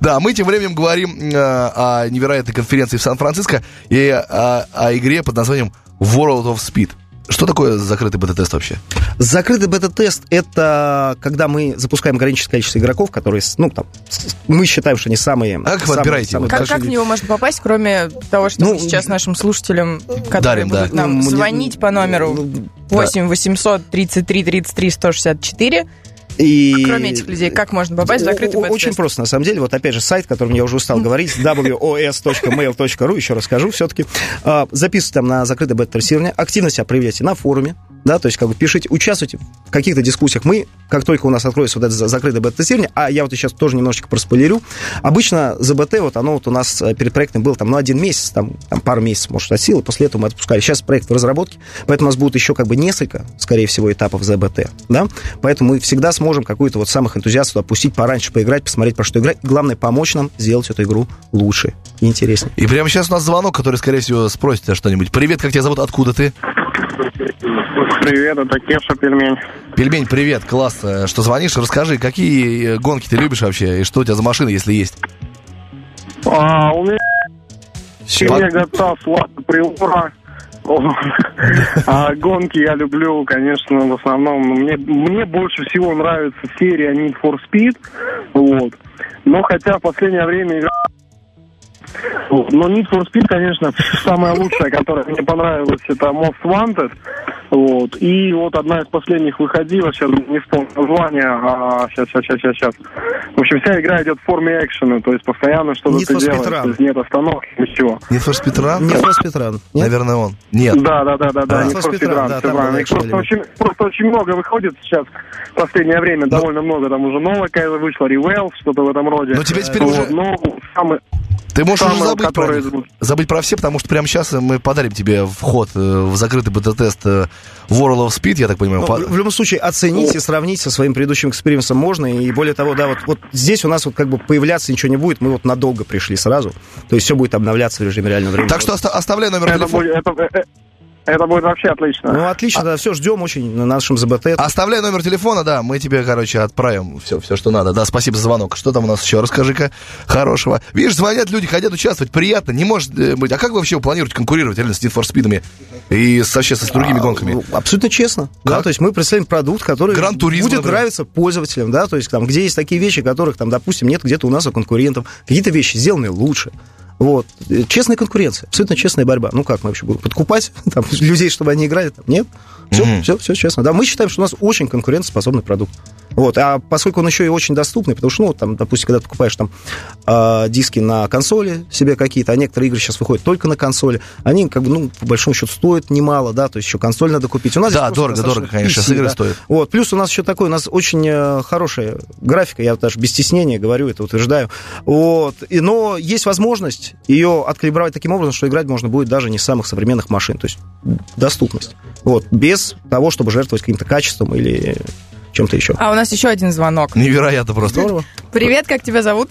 S2: Да, мы тем временем говорим э, о невероятной конференции в Сан-Франциско и о, о игре под названием World of Speed. Что такое закрытый бета-тест вообще?
S4: Закрытый бета-тест – это когда мы запускаем ограниченное количество игроков, которые, с- ну, там, с- мы считаем, что они самые...
S2: А как вы
S4: самые-
S2: отбираете
S4: самые
S2: его?
S3: Как,
S4: большие
S3: как в
S4: люди.
S3: него можно попасть, кроме того, что
S4: Ну,
S3: мы сейчас нашим слушателям, которые
S2: дарим,
S3: будут
S2: да.
S3: нам
S4: Ну, мне-
S3: звонить по номеру
S4: Ну,
S3: 8 800 33 33 164,
S4: И...
S3: А кроме этих людей, как можно попасть в закрытый
S4: О- о- Очень
S3: бета-тест?
S4: просто, на самом деле. Вот опять же, сайт, которым я уже устал говорить, wos.mail.ru, еще расскажу все-таки. А, Записывайтесь там на закрытое бета-тестирование, активно себя проявляйте на форуме, да, то есть как бы пишите, участвуйте в каких-то дискуссиях. Мы, как только у нас откроется вот это за- закрытое бета-тестирование, а я вот сейчас тоже немножечко проспойлерю, обычно ЗБТ, вот оно вот у нас э, перед проектом было там, ну, один месяц, там, там пару месяцев, может, от силы, после этого мы отпускали. Сейчас проект в разработке, поэтому у нас будет еще как бы несколько, скорее всего, этапов ЗБТ, да, поэтому мы всегда сможем какую-то вот самых энтузиастов опустить пораньше, поиграть, посмотреть, про что играть, и главное, помочь нам сделать эту игру лучше и интереснее.
S2: И прямо сейчас у нас звонок, который, скорее всего, спросит тебя что-нибудь. Привет, как тебя зовут, откуда ты?
S5: Привет, это Кеша Пельмень.
S2: Пельмень, привет, класс, э, что звонишь. Расскажи, какие э, гонки ты любишь вообще и что у тебя за машина, если есть?
S5: А, у меня
S2: Пак-
S5: Гата, Слава Приора. А гонки я люблю, конечно, в основном. Мне, мне больше всего нравится серия Need for Speed. Вот. Но хотя в последнее время игра... Вот. Но Need for Speed, конечно, самая лучшая, которая мне понравилась, это Most Wanted. Вот. И вот одна из последних выходила, сейчас не вспомню название, а сейчас, сейчас, сейчас, сейчас, сейчас. В общем, вся игра идет в форме экшена, то есть постоянно что-то
S4: Need
S5: ты
S4: for Speed
S5: делаешь,
S4: Run.
S5: то есть нет остановки, ничего.
S2: Need for Speed Run?
S4: Нет, Need for Speed Run. Нет?
S2: Наверное, он. Нет.
S5: Да, да, да, да, да.
S4: А, Need
S5: не
S4: for
S5: просто
S4: Speed Run,
S5: игра,
S4: да,
S5: Speed
S4: там
S5: Run.
S4: был
S5: Их
S4: экшен
S5: Просто
S4: элемент.
S5: очень, просто очень много выходит сейчас в последнее время,
S2: Да.
S5: довольно много, там уже новая какая-то вышла, Rewell, что-то в этом роде.
S2: Но тебе теперь
S5: Вот,
S2: уже-
S5: Ну, самый,
S2: Ты можешь уже
S5: Самые,
S2: забыть про
S5: которые
S2: них.
S5: идут.
S2: Забыть про все, потому что прямо сейчас мы подарим тебе вход э, в закрытый бета-тест э, World of Speed, я так понимаю.
S4: Ну,
S2: По-
S4: в в любом случае, оценить и сравнить со своим предыдущим экспириенсом можно. И более того, да, вот, вот здесь у нас вот как бы появляться ничего не будет. Мы вот надолго пришли сразу. То есть все будет обновляться в режиме реального времени.
S2: Так что оста- оставляй номер
S5: это,
S2: телефона.
S5: будет, это, э, это будет вообще отлично.
S4: Ну, отлично, да, все, ждем очень на нашем ЗБТ.
S2: Оставляй номер телефона, да, мы тебе, короче, отправим все, все, что надо. Да, спасибо за звонок. Что там у нас еще? Расскажи-ка хорошего. Видишь, звонят люди, хотят участвовать, приятно, не может э, быть. А как вы вообще планируете конкурировать реально с Need for Speed'ами и с- вообще с другими гонками?
S4: А, Абсолютно честно. Да,
S2: Как?
S4: то есть мы представим продукт, который
S2: Gran Turismo,
S4: будет
S2: например.
S4: нравиться пользователям, да, то есть там, где есть такие вещи, которых там, допустим, нет где-то у нас у конкурентов, какие-то вещи сделаны лучше. Вот. Э, Честная конкуренция, абсолютно честная борьба. Ну как мы вообще будем подкупать там, людей, чтобы они играли? Там, нет. Все,
S2: Мгм.
S4: все, все честно. Да, мы считаем, что у нас очень конкурентоспособный продукт. Вот. А поскольку он еще и очень доступный, потому что, ну, вот там, допустим, когда ты покупаешь там э, диски на консоли себе какие-то, а некоторые игры сейчас выходят только на консоли, они, как бы, ну, по большому счету, стоят немало, да, то есть еще консоль надо купить. У нас
S2: Да,
S4: здесь просто
S2: дорого,
S4: достаточно
S2: дорого, конечно,
S4: PC,
S2: сейчас игры
S4: да.
S2: стоят.
S4: Вот, плюс у нас еще такой, у нас очень э, хорошая графика, я даже без стеснения говорю это, утверждаю. Вот, и, но есть возможность ее откалибровать таким образом, что играть можно будет даже не с самых современных машин, то есть доступность. Вот, без того, чтобы жертвовать каким-то качеством или чем-то еще.
S3: А у нас еще один звонок.
S2: Невероятно просто.
S4: Здорово.
S3: Привет, как тебя зовут?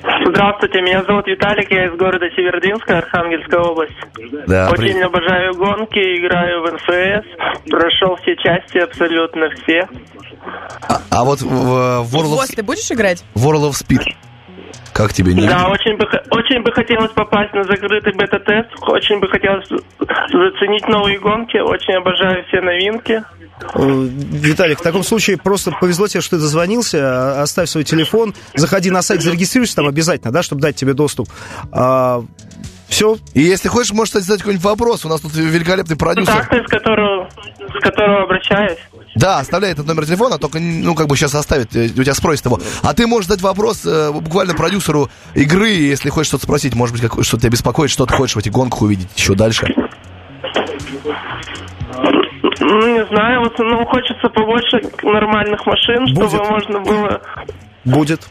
S6: Здравствуйте, меня зовут Виталик, я из города Севердинска, Архангельская область.
S2: Да, А
S6: Очень
S2: при-
S6: обожаю гонки, играю в НФС, прошел все части, абсолютно все.
S2: А, а вот в, в
S3: В
S2: World, of,
S3: ВОЗ ты будешь играть?
S2: World of Speed. Как тебе? Не
S6: Да, очень бы, х- очень бы хотелось попасть на закрытый бета-тест, очень бы хотелось заценить новые гонки, очень обожаю все новинки.
S4: Э, Виталик, в таком случае просто повезло тебе, что ты дозвонился, а, оставь свой телефон, заходи на сайт, зарегистрируйся там обязательно, да, чтобы дать тебе доступ. А, все,
S2: И если хочешь, можешь кстати, задать какой-нибудь вопрос. У нас тут великолепный продюсер.
S6: Контакты, с которого, с которого обращаюсь.
S2: Да, оставляй этот номер телефона, только, ну, как бы сейчас оставит, э, у тебя спросит его. А ты можешь задать вопрос э, буквально продюсеру игры, если хочешь что-то спросить, может быть, какое- что тебя беспокоит, что ты хочешь в этих гонках увидеть еще дальше.
S6: Ну, не знаю, в основном хочется побольше нормальных машин, чтобы
S4: Будет.
S6: можно было...
S4: будет.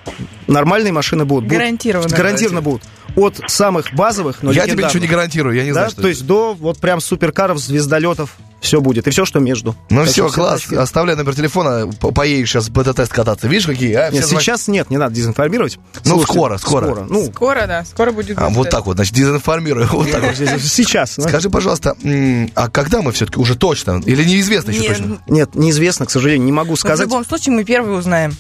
S4: Нормальные машины будут. будут.
S3: Гарантированно.
S4: Гарантированно будут. От самых базовых, но
S2: я тебе
S4: легендарных,
S2: ничего не гарантирую, я не
S4: Ну, да,
S2: знаю, что
S4: То
S2: это.
S4: есть до вот прям суперкаров, звездолетов, все будет. И все, что между.
S2: Ну
S4: Так
S2: все,
S4: что
S2: класс,
S4: тачки-
S2: оставляй номер телефона, по- поедешь сейчас бета-тест кататься. Видишь, какие, а? Все
S4: Нет,
S2: звонят.
S4: сейчас нет, не надо дезинформировать.
S2: Ну, скоро, скоро.
S4: Ну,
S3: Скоро, да, скоро будет.
S2: А, вот
S3: бета-тест.
S2: так вот, значит, дезинформирую. Вот так вот.
S4: сейчас. да.
S2: Скажи, пожалуйста, м, а когда мы все-таки уже точно? Или неизвестно еще
S3: Не,
S2: точно?
S3: ну,
S4: Нет, неизвестно, к сожалению, не могу
S3: В
S4: сказать.
S3: любом случае мы первый узнаем.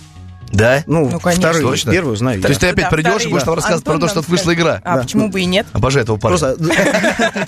S2: Да?
S4: Ну,
S3: Ну, конечно.
S4: вторые,
S2: Точно.
S4: первую знаю.
S2: То есть ты
S3: Да,
S2: опять придешь и
S3: вторые.
S2: будешь нам рассказывать про
S3: Антон
S2: то, что
S3: нам
S2: вышла
S3: скажет.
S2: игра.
S3: А
S4: Да.
S3: почему бы и нет?
S2: Обожаю этого парня.
S4: Просто,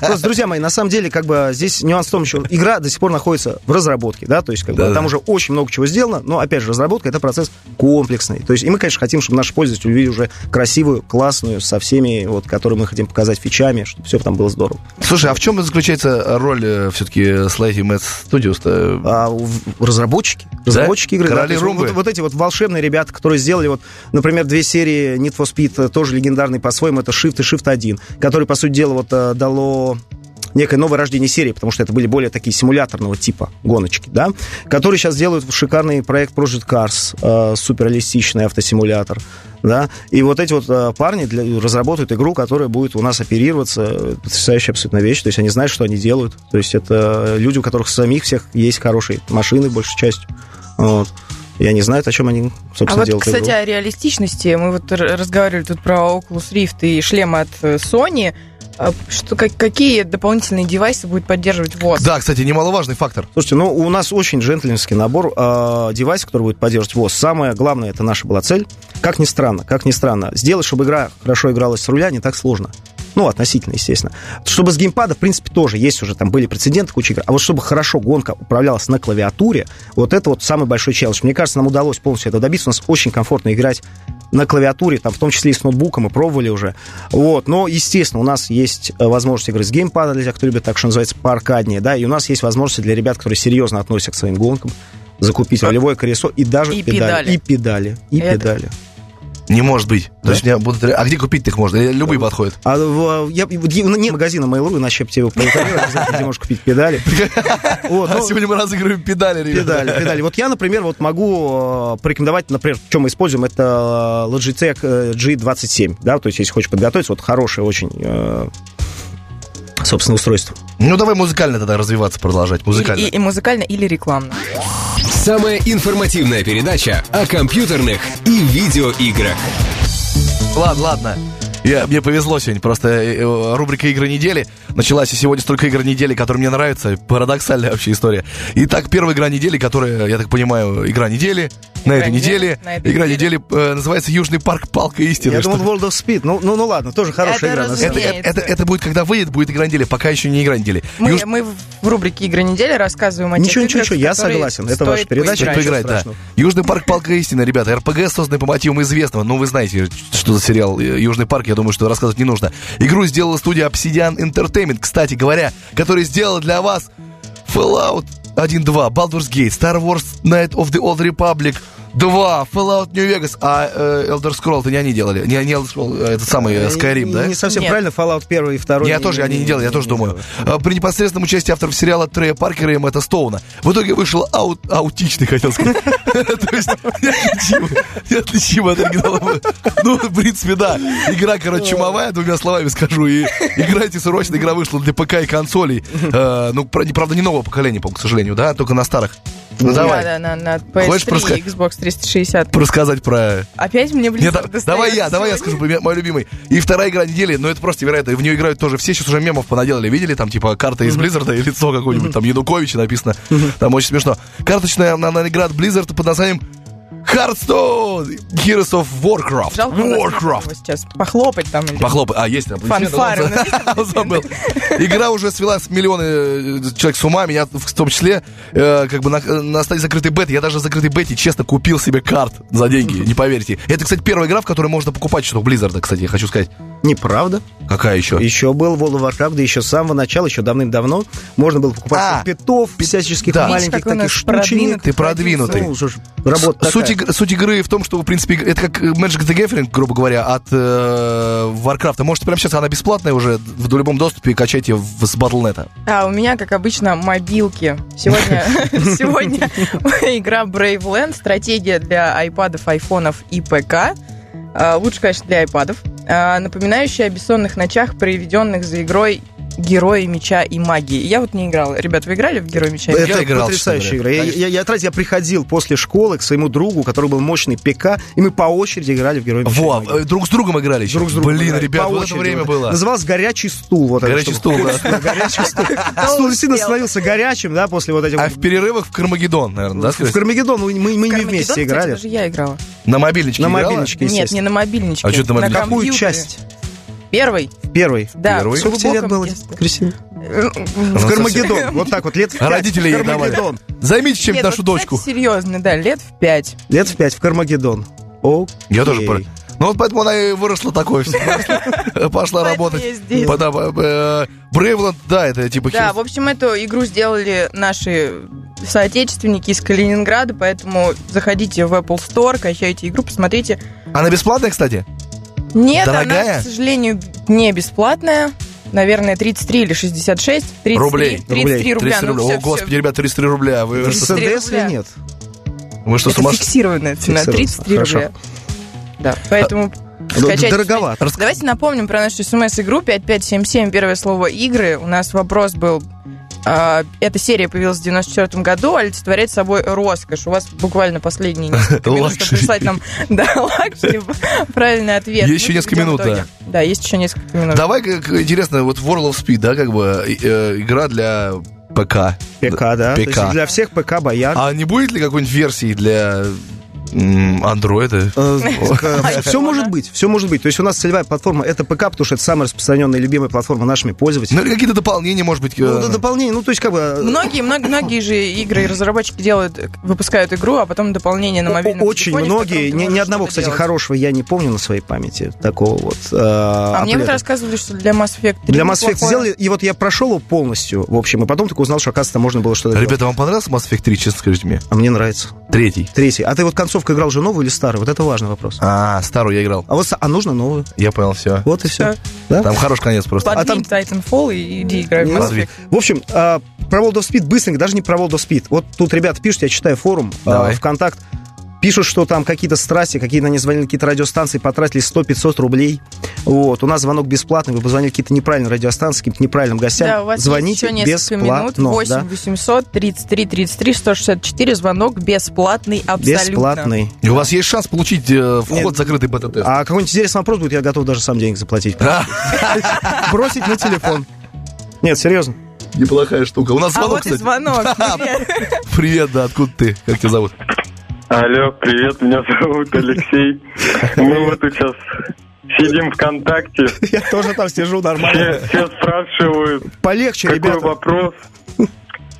S4: просто, друзья мои, на самом деле, как бы здесь нюанс в том, что игра до сих пор находится в разработке, да, то есть как бы,
S2: Да-да.
S4: там уже очень много чего сделано, но, опять же, разработка — это процесс комплексный. То есть и мы, конечно, хотим, чтобы наши пользователи увидели уже красивую, классную, со всеми, вот, которые мы хотим показать фичами, чтобы все там было здорово.
S2: Слушай, а в чем заключается роль все-таки Slate Mad Studios?
S4: А у- в- разработчики, разработчики игры. да,
S2: Короли
S4: то есть вот-
S2: румбы.
S4: Вот, вот эти вот волшебные ребята, которые сделали, вот, например, две серии Need for Speed, э, тоже легендарные по-своему, это Shift и Shift 1, который, по сути дела, вот э, дало некое новое рождение серии, потому что это были более такие симуляторного типа гоночки, да, которые сейчас делают шикарный проект Project Cars, э, суперреалистичный автосимулятор, да, и вот эти вот э, парни для- разработают игру, которая будет у нас оперироваться, э, потрясающая абсолютно вещь, то есть они знают, что они делают, то есть это э, люди, у которых самих всех есть хорошие машины, большей частью, вот. И они знают, о чем они,
S3: А
S4: собственно,
S3: вот,
S4: делают
S3: кстати,
S4: игру.
S3: о реалистичности. Мы вот р- разговаривали тут про Oculus Rift и шлем от э, Sony. А Что, как- какие дополнительные девайсы будет поддерживать ВОЗ?
S2: Да, кстати, немаловажный фактор.
S4: Слушайте, ну у нас очень джентльменский набор э, девайсов, который будет поддерживать ВОЗ. Самое главное, это наша была цель. Как ни странно, как ни странно, сделать, чтобы игра хорошо игралась с руля, не так сложно. Ну, относительно, естественно. Чтобы с геймпада, в принципе, тоже есть уже, там были прецеденты, куча игр. А вот чтобы хорошо гонка управлялась на клавиатуре, вот это вот самый большой челлендж. Мне кажется, нам удалось полностью это добиться. У нас очень комфортно играть на клавиатуре, там, в том числе и с ноутбуком, мы пробовали уже. Вот. Но, естественно, у нас есть э, возможность игры с геймпада для тех, кто любит так, что называется, поаркаднее, да, и у нас есть возможность для ребят, которые серьезно относятся к своим гонкам, закупить ролевое колесо и даже
S3: А И
S4: педали.
S3: педали.
S4: И педали. И
S3: Это-
S4: педали.
S2: Не может быть. То есть у меня будут... ре- А где купить их можно? Или Любые подходят.
S4: А в- я, вот е- ну, нет магазина Mail.ru, иначе я бы тебе его порекомендовал, обязательно, где можешь купить педали. Вот,
S2: А
S4: ну,
S2: сегодня мы разыгрываем педали, ребята.
S4: Педали, педали. Вот я, например, вот могу э, порекомендовать, например, чем мы используем, это э, Logitech э, G27, да, то есть если хочешь подготовиться, вот хорошее очень, э, собственно, устройство.
S2: Ну, давай музыкально тогда развиваться, продолжать. Музыкально.
S3: И, и музыкально или рекламно.
S1: Самая информативная передача о компьютерных и видеоиграх.
S2: Ладно, ладно. Я, мне повезло сегодня, просто э, э, рубрика «Игры недели» началась, и сегодня столько игр недели, которые мне нравятся, парадоксальная вообще история. Итак, первая игра недели, которая, я так понимаю, игра недели, на
S3: Игра
S2: этой
S3: недели,
S2: неделе,
S3: на этой
S2: игра
S3: неделе.
S2: недели э, называется «Южный парк. Палка истины».
S4: Я
S2: что
S4: думал,
S2: ли.
S4: World of Speed, ну, ну, ну ладно, тоже хорошая
S3: Это
S4: игра. на самом
S2: это,
S4: деле.
S3: разумеется.
S2: это, это- это будет, когда выйдет, будет игра недели, пока еще не игра недели.
S3: Мы,
S2: Юж-
S3: мы в рубрике «Игры недели» рассказываем о тех
S4: Ничего, ничего,
S3: играх,
S4: ничего, я
S3: в которые
S4: согласен. Это
S3: стоит
S4: ваша передача,
S3: поиграть.
S4: ничего
S2: Поиграть, да.
S4: страшного.
S2: Южный парк Палка Истины, ребята. РПГ, созданный по мотивам известного. Ну, вы знаете, что за сериал э, Южный парк, я думаю, что рассказывать не нужно. Игру сделала студия Obsidian Entertainment, кстати говоря, которая сделала для вас Fallout 1.2, Baldur's Gate, Star Wars Night of the Old Republic 2, Fallout New Vegas, а э, Elder Scrolls-то не они делали. Не, не Elder Scrolls, э, этот самый э, Skyrim,
S4: Не-
S2: да?
S4: Не совсем
S3: Нет.
S4: правильно, Fallout 1 и 2.
S2: Я тоже, они не делали, я тоже думаю. А, При непосредственном участии авторов сериала Трея Паркера и Мэтта Стоуна. В итоге вышел аут- аутичный, хотел сказать. То есть неотличимый- неотличимый от оригинала. Ну, в принципе, да. Игра, короче, чумовая, двумя словами скажу. И играйте срочно, игра вышла для ПК и консолей. Э, Ну, пр- правда, не нового поколения, по-моему, к сожалению, да? Только на старых. Ну, давай.
S3: Да, да, на, на
S2: Хочешь
S3: PS3
S2: проска-
S3: и Xbox 360.
S2: Рассказать про
S3: Опять мне
S2: Нет,
S3: близко
S2: да- давай я, давай я скажу, пример- мой любимый. И вторая игра недели, но это просто невероятно. В нее играют тоже все, сейчас уже мемов понаделали. Видели, там типа карта из Близзарда и лицо какое-нибудь, там Януковича написано. Там очень смешно. Карточная на- на игра от Blizzard под названием Hearthstone Heroes of Warcraft.
S3: Жалко, у нас нет
S2: Warcraft.
S3: этого сейчас похлопать там или...
S2: Похлопай. А, есть там.
S3: Фанфары у нас есть
S2: Забыл. Игра уже свела с миллионы э, человек с ума, меня в том числе, э, как бы на, на стадии закрытой беты. Я даже в закрытой бете, честно, купил себе карт за деньги, не поверите. Это, кстати, первая игра, в которой можно покупать что-то у Близзарда, кстати, я хочу сказать.
S4: Неправда.
S2: Какая еще?
S4: Еще был World of Warcraft, да еще с самого начала, еще давным-давно, можно было
S2: А,
S4: покупать питов, всяческих
S2: да.
S3: Видишь,
S4: маленьких
S3: какой у
S4: таких
S3: нас
S4: штучек.
S3: продвинутый
S2: Ты продвинутый.
S4: Ну, слушай, работа
S2: С- суть,
S4: такая.
S2: иг- суть игры в том, что, в принципе, иг- это как э, Magic the Gathering, грубо говоря, от э, Warcraft. Может, прямо сейчас она бесплатная уже, в любом доступе, качайте в- с Battle.net.
S3: А, у меня, как обычно, мобилки. Сегодня, сегодня игра Brave Land, стратегия для айпадов, айфонов и ПК. А, Лучше, конечно, для айпадов. А, Напоминающая о бессонных ночах, проведенных за игрой Герои меча и магии. Я вот не играла. Ребят, вы играли в Герои меча? и
S2: Я
S3: магии»?
S4: Это
S2: играл,
S4: потрясающая
S2: честно
S4: игра.
S2: говоря.
S4: Я, я, я, тратил- я приходил после школы к своему другу, который был мощный ПК, и мы по очереди играли в Героев меча и
S2: Во,
S4: магии».
S2: э, друг с другом играли еще.
S4: Друг с другом
S2: Блин,
S4: играли.
S2: ребят,
S4: По
S2: вот это
S4: очереди
S2: время
S4: вот.
S2: было.
S4: Назывался горячий стул. Вот, это,
S2: Горячий
S4: чтобы-
S2: стул, да.
S4: Горячий стул. Стул действительно становился горячим, да, после вот этих...
S2: А
S4: вот-
S2: в перерывах в Кармагеддон, наверное, да,
S4: В
S2: скажешь?
S4: Кармагеддон мы, мы- мы не
S3: Кармагеддон,
S4: вместе
S3: кстати,
S4: играли.
S3: даже я играла.
S2: На мобильничке
S4: На
S2: играла?
S4: мобильничке,
S3: Нет, не
S4: естественно.
S3: на мобильничке.
S2: А чё ты на мобильничке?
S4: Какую
S3: компьютере.
S4: часть?
S3: Первый.
S4: Первый.
S3: Да.
S2: Первый?
S3: в
S4: Сколько тебе лет
S3: глубоком
S4: было,
S3: детстве.
S4: Кристина?
S2: Ну,
S4: В
S2: совсем.
S4: Кармагеддон. Вот так вот, лет в пять.
S2: А родители
S4: В
S2: ей давали.
S4: Кармагеддон.
S2: Займите чем-то
S3: Нет,
S2: нашу
S3: вот,
S2: дочку.
S3: Кстати, серьезно, да, лет в пять.
S4: Лет в пять, в Кармагеддон. О,
S2: Я тоже пор- Ну вот поэтому она и выросла такой. всё, выросла. Пошла работать.
S3: я здесь.
S2: Потом, э, э, Брейвланд, да, это типа
S3: Да,
S2: хер-
S3: в общем, эту игру сделали наши соотечественники из Калининграда, поэтому заходите в Apple Store, качайте игру, посмотрите.
S2: Она бесплатная, кстати?
S3: Нет,
S2: Дорогая?
S3: она, к сожалению, не бесплатная. Наверное, 33 или 66. 33,
S2: Рублей.
S3: 33 рубля.
S2: 33 рубля.
S3: Ну, всё,
S2: О,
S3: всё.
S2: господи, ребят, 33 рубля. а Вы что,
S3: Тридцать-
S4: СДС или
S3: рубля.
S4: нет?
S2: вы что, с
S3: Это
S2: ума сошли?
S3: фиксированная цена.
S4: Фиксированная.
S3: 33
S4: Хорошо.
S3: рубля. Да, поэтому
S2: А, ну,
S3: скачайте.
S4: Ну, Дороговато.
S2: Рас-
S3: Давайте напомним про нашу смс-игру 5577, первое слово «игры». У нас вопрос был, а, эта серия появилась в 94 году, а олицетворяет собой роскошь. У вас буквально последние несколько минут, чтобы
S2: Лакшери.
S3: прислать нам да, лакшери, правильный ответ.
S2: Есть еще
S3: Мы
S2: несколько
S3: подведем
S2: минут,
S3: итоги. Да, есть еще несколько минут.
S2: Давай, как интересно, вот World of Speed, да, как бы э, э, игра для ПК.
S4: ПК, да.
S2: ПК.
S4: То есть для всех ПК бояр.
S2: А не будет ли какой-нибудь версии для М, Андроиды.
S4: э, Все может быть, все может быть. То есть у нас целевая платформа это ПК, потому что это самая распространенная и любимая платформа нашими
S2: Ну
S4: пользователями.
S2: или какие-то дополнения, может быть.
S4: Ну,
S2: э,
S4: это дополнение, ну то есть как бы...
S3: Многие, много- многие же игры и разработчики делают, э, выпускают игру, а потом дополнение на
S4: О-
S3: мобильном
S4: Очень
S3: телефоне, в
S4: многие,
S3: котором ты
S4: ни, ни
S3: можешь
S4: одного,
S3: что-то
S4: кстати,
S3: делать.
S4: хорошего я не помню на своей памяти такого вот. э,
S3: А мне вот
S4: аплета.
S3: рассказывали, что для Mass Effect 3
S4: Для Mass Effect
S3: неплохое.
S4: сделали, и вот я прошел его полностью, в общем, и потом только узнал, что, оказывается, там можно было что-то делать.
S2: Ребята, вам понравился Mass Effect 3, честно скажите мне?
S4: А мне нравится.
S2: Третий.
S4: Третий. А ты вот концовку играл же новую или старую? Вот это важный вопрос.
S2: А, старую я играл.
S4: А вот, с- а нужно новую.
S2: Я понял, все.
S4: Вот и все.
S3: Всё.
S4: Да?
S2: Там хороший конец просто.
S4: А
S3: Подвинь Titanfall и иди играй в Mass
S2: Подвинь.
S3: Effect.
S4: В общем, а, про World of Speed быстренько, даже не про World of Speed. Вот тут ребята пишут, я читаю форум а,
S2: Давай.
S4: ВКонтакт, пишут, что там какие-то страсти, какие-то они звонили, на какие-то радиостанции, потратили 100-500 рублей. Вот, у нас звонок бесплатный, вы позвонили какие-то неправильные радиостанции, с каким-то неправильным гостям.
S3: Да, у вас
S4: Звоните
S3: есть еще несколько минут.
S4: бесплатно.
S3: 8
S4: да.
S3: 800 33 33 164. Звонок бесплатный абсолютно.
S4: Бесплатный.
S2: И у вас есть шанс получить э, вход
S4: Нет.
S2: в закрытый бета-тест.
S4: А какой-нибудь интересный вопрос будет, я готов даже сам денег заплатить.
S2: А.
S4: Бросить на телефон. Нет, серьезно.
S2: Неплохая штука. У нас
S3: А
S2: звонок,
S3: вот и
S2: кстати.
S3: звонок. Привет.
S2: Привет, да, откуда ты? Как тебя зовут?
S5: Алло, привет, меня зовут Алексей. Мы вот тут сейчас сидим ВКонтакте.
S4: Я тоже там сижу
S5: Все,
S4: нормально.
S5: все спрашивают,
S4: Полегче,
S5: какой
S4: ребята.
S5: вопрос.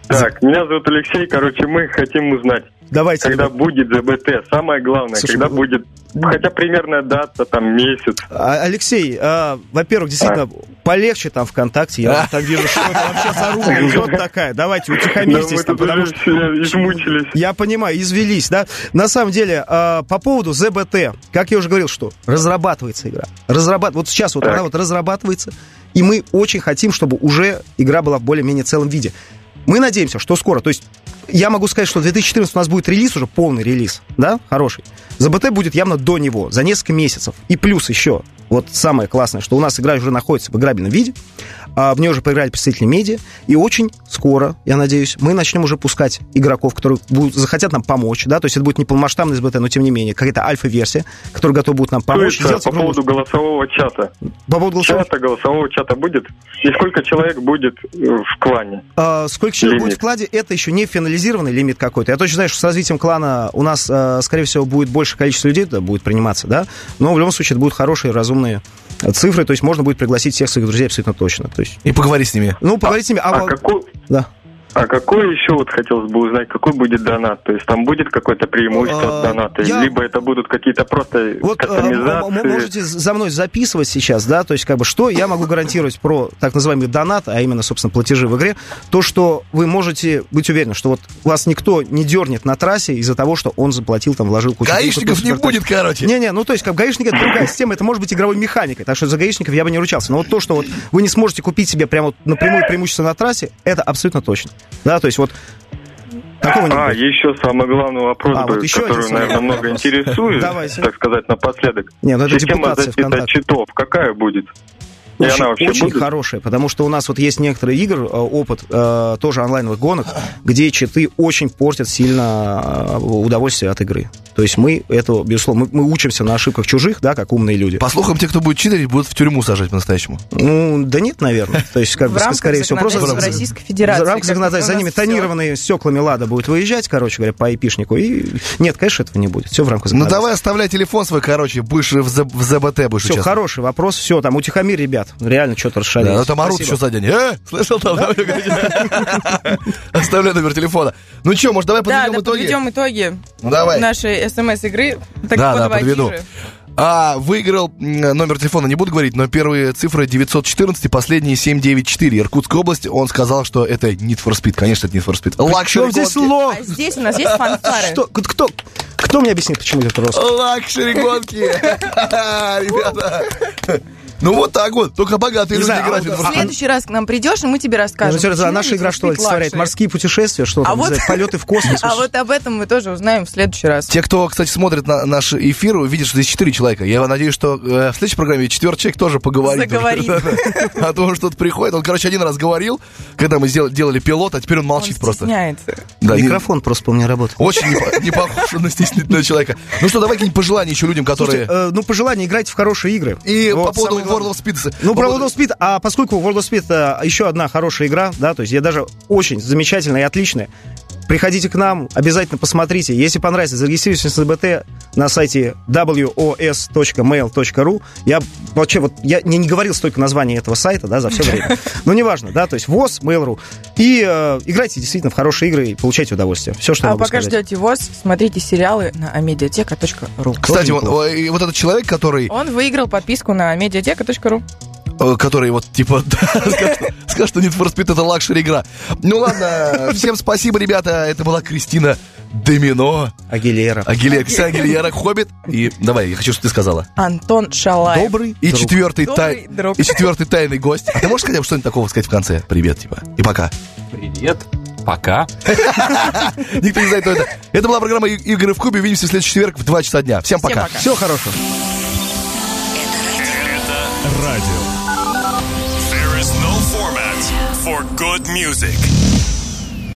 S5: Так, меня зовут Алексей, короче, мы хотим узнать,
S4: Давайте.
S5: когда
S4: ребята.
S5: будет ЗБТ, самое главное,
S4: Слушай,
S5: когда
S4: ну-
S5: будет, хотя примерная дата, там, месяц.
S4: А, Алексей, а, во-первых, действительно,
S5: А.
S4: полегче там ВКонтакте. Я там вижу, что это вообще за рубка идет такая. Давайте
S5: Да,
S4: утихомирьтесь
S5: Ну, мы
S4: там, ну,
S5: тут
S4: потому
S5: уже
S4: что...
S5: все измучились.
S4: Я понимаю, извелись, да? На самом деле, а, по поводу ЗБТ, как я уже говорил, что разрабатывается игра. Разрабат... Вот сейчас вот
S5: Так.
S4: она вот разрабатывается, и мы очень хотим, чтобы уже игра была в более-менее целом виде. Мы надеемся, что скоро, то есть я могу сказать, что в 2014 у нас будет релиз уже, полный релиз, да, хороший. ЗБТ будет явно до него, за несколько месяцев. И плюс еще, вот самое классное, что у нас игра уже находится в играбельном виде, а, в нее уже поиграли представители медиа, и очень скоро, я надеюсь, мы начнем уже пускать игроков, которые будут, захотят нам помочь, да, то есть это будет не полномасштабный СБТ, но тем не менее, какая-то альфа-версия, которая готова будет нам помочь.
S5: Слышно,
S4: сделать Ну,
S5: по
S4: игру лучше.
S5: поводу голосового чата.
S4: По поводу голосования.
S5: Чата, голосового чата будет? И сколько человек будет э, в клане?
S4: А, сколько человек
S5: Лимит.
S4: будет в кладе, это еще не финализированный лимит какой-то. Я точно знаю, что с развитием клана у нас, э, скорее всего, будет больше количество людей туда будет приниматься, да, но в любом случае это будут хорошие, разумные э, цифры, то есть можно будет пригласить всех своих друзей абсолютно точно. То есть,
S2: И поговори с ними.
S4: ну, поговорить с ними, а,
S5: А
S4: во-
S5: какой,
S4: да.
S5: а какой еще вот хотелось бы узнать, какой будет донат? То есть там будет какое-то преимущество
S4: А,
S5: от доната?
S4: я-
S5: Либо это будут какие-то просто
S4: Вот э, м- м-
S5: кастомизации?
S4: можете за мной записывать сейчас, да, то есть как бы что я могу гарантировать про так называемый донат, а именно, собственно, платежи в игре, то, что вы можете быть уверены, что вот вас никто не дернет на трассе из-за того, что он заплатил, там, вложил кучу... денег,
S2: Гаишников
S4: купил
S2: не
S4: супертак.
S2: будет, короче.
S4: Не-не, ну то есть, как гаишник это другая система, это может быть игровой механикой, так что за гаишников я бы не ручался. Но вот то, что вот вы не сможете купить себе прямо вот напрямую преимущество на трассе, это абсолютно точно. Да, то есть вот такого не
S5: А,
S4: будет.
S5: еще самый главный вопрос,
S4: А,
S5: бы,
S4: вот еще
S5: который,
S4: один
S5: наверное,
S4: самый главный
S5: много
S4: вопрос.
S5: интересует,
S4: Давайте.
S5: так сказать, напоследок.
S4: Не, ну это
S5: Система
S4: депутация
S5: защиты
S4: ВКонтакте.
S5: от читов какая будет? И
S4: очень,
S5: она вообще
S4: очень
S5: будет?
S4: хорошая, потому что у нас вот есть некоторые игр, э, опыт э, тоже онлайновых гонок, где читы очень портят сильно э, удовольствие от игры. То есть мы этого, безусловно, мы, мы учимся на ошибках чужих, да, как умные люди.
S2: По слухам, те, кто будет читерить, будут в тюрьму сажать по-наскорему.
S4: Ну, да нет, наверное. То есть, как
S3: В
S4: бы,
S3: рамках
S4: скорее всего, просто...
S3: законодательства Российской Федерации.
S4: В рамках
S3: как у
S4: законодательства за
S3: нас
S4: ними
S3: всё.
S4: тонированные стеклами Лада будет выезжать, короче говоря, по айпишнику. И... Нет, конечно, этого не будет. Все в рамках
S2: Ну
S4: законодательства.
S2: давай оставляй телефон свой, короче, будешь в, З- в ЗБТ будешь
S4: Все,
S2: участвовать.
S4: хороший вопрос. Все, там утихомир, ребят. Реально что-то расшалилось.
S2: Да, ну там орут
S4: Спасибо.
S2: еще сзади. они. Э, слышал там? да? Оставляй номер телефона. Ну что, может, давай
S3: Да, да,
S2: подведем итоги?
S3: подведем итоги
S2: Ну, давай.
S3: нашей смс-игры. Так
S2: Да, да,
S3: подводи
S2: подведу.
S3: же.
S2: А, выиграл м, номер телефона, не буду говорить, но первые цифры 914 и последние 794. Иркутская область, он сказал, что это Need for Speed. Конечно, это Need for Speed. Лакшери
S4: Причем здесь
S2: гонки.
S4: лох?
S3: А здесь у нас есть фанфары.
S4: Что, кто, кто, кто мне объяснит, почему этот рост?
S2: Лакшери гонки. Ребята. Ну вот так вот, только богатые
S4: Не
S2: люди
S4: знаю,
S2: играют. в
S4: а
S2: Need
S4: вот
S2: for
S3: В
S2: Speed.
S3: следующий раз к нам придешь, и мы тебе расскажем.
S4: Жорж, а
S3: почему
S4: наша
S3: не
S4: игра что
S3: звучит
S4: олицетворяет?
S3: лакшери.
S4: Морские путешествия, что там,
S3: А
S4: не знаю,
S3: вот-
S4: полеты в космос.
S3: А вот об этом мы тоже узнаем в следующий раз.
S2: Те, кто, кстати, смотрит на наш эфир, увидят, что здесь четыре человека. Я надеюсь, что э, в следующей программе четвертый человек тоже поговорит.
S3: Заговорит.
S2: Да-да. О том, что тут приходит. Он, короче, один раз говорил, когда мы сделали, делали пилот, а теперь он
S3: Он
S2: молчит просто.
S3: стесняется.
S2: Да, не-
S4: Микрофон просто по мне работает.
S2: Очень не, по- не похож на стеснительного человека. Ну что, давай какие-нибудь пожелания еще людям, которые...
S4: Слушайте, э, ну, по желанию, играйте в хорошие игры.
S2: И
S4: Вот,
S2: по поводу
S4: самое главное.
S2: World of Speed. по
S4: Ну, про
S2: поводу-
S4: World of Speed, а поскольку World of Speed э, еще одна хорошая игра, да, то есть я даже очень замечательная и отличная, Приходите к нам, обязательно посмотрите. Если понравится, зарегистрируйтесь на СБТ на сайте wos.mail.ru. Я вообще вот я не, не говорил столько названий этого сайта, да, за все время. Но неважно, да, то есть ВОЗ, Mail.ru. И э, играйте действительно в хорошие игры и получайте удовольствие. Все, что я
S3: А
S4: могу
S3: пока
S4: сказать.
S3: ждете ВОЗ, смотрите сериалы на амедиатека.ру.
S2: Кстати,
S4: неплохо.
S2: вот, э, вот этот человек, который,
S3: Он выиграл подписку на амедиатека.ру.
S2: э, который вот типа да, скажет, скажет, что Need for Speed это лакшери игра. Ну ладно, всем спасибо, ребята. Это была Кристина Домино,
S4: Агилера.
S2: Агилера, Кристина Агилера, Хоббит. И давай, я хочу, чтобы ты сказала.
S3: Антон Шалаев.
S4: Добрый
S2: а, И
S4: друг.
S2: четвертый
S3: Добрый
S2: тай-
S3: друг.
S2: и четвертый тайный гость. А ты можешь хотя бы что-нибудь такого сказать в конце? Привет, типа. И пока.
S7: Привет. Пока.
S2: Никто не знает, кто это. Это была программа «И- «Игры в Кубе». Увидимся в следующий четверг в 2 часа дня. Всем
S3: Всем
S2: пока.
S3: пока.
S4: Всего хорошего.
S8: There is no format for good music.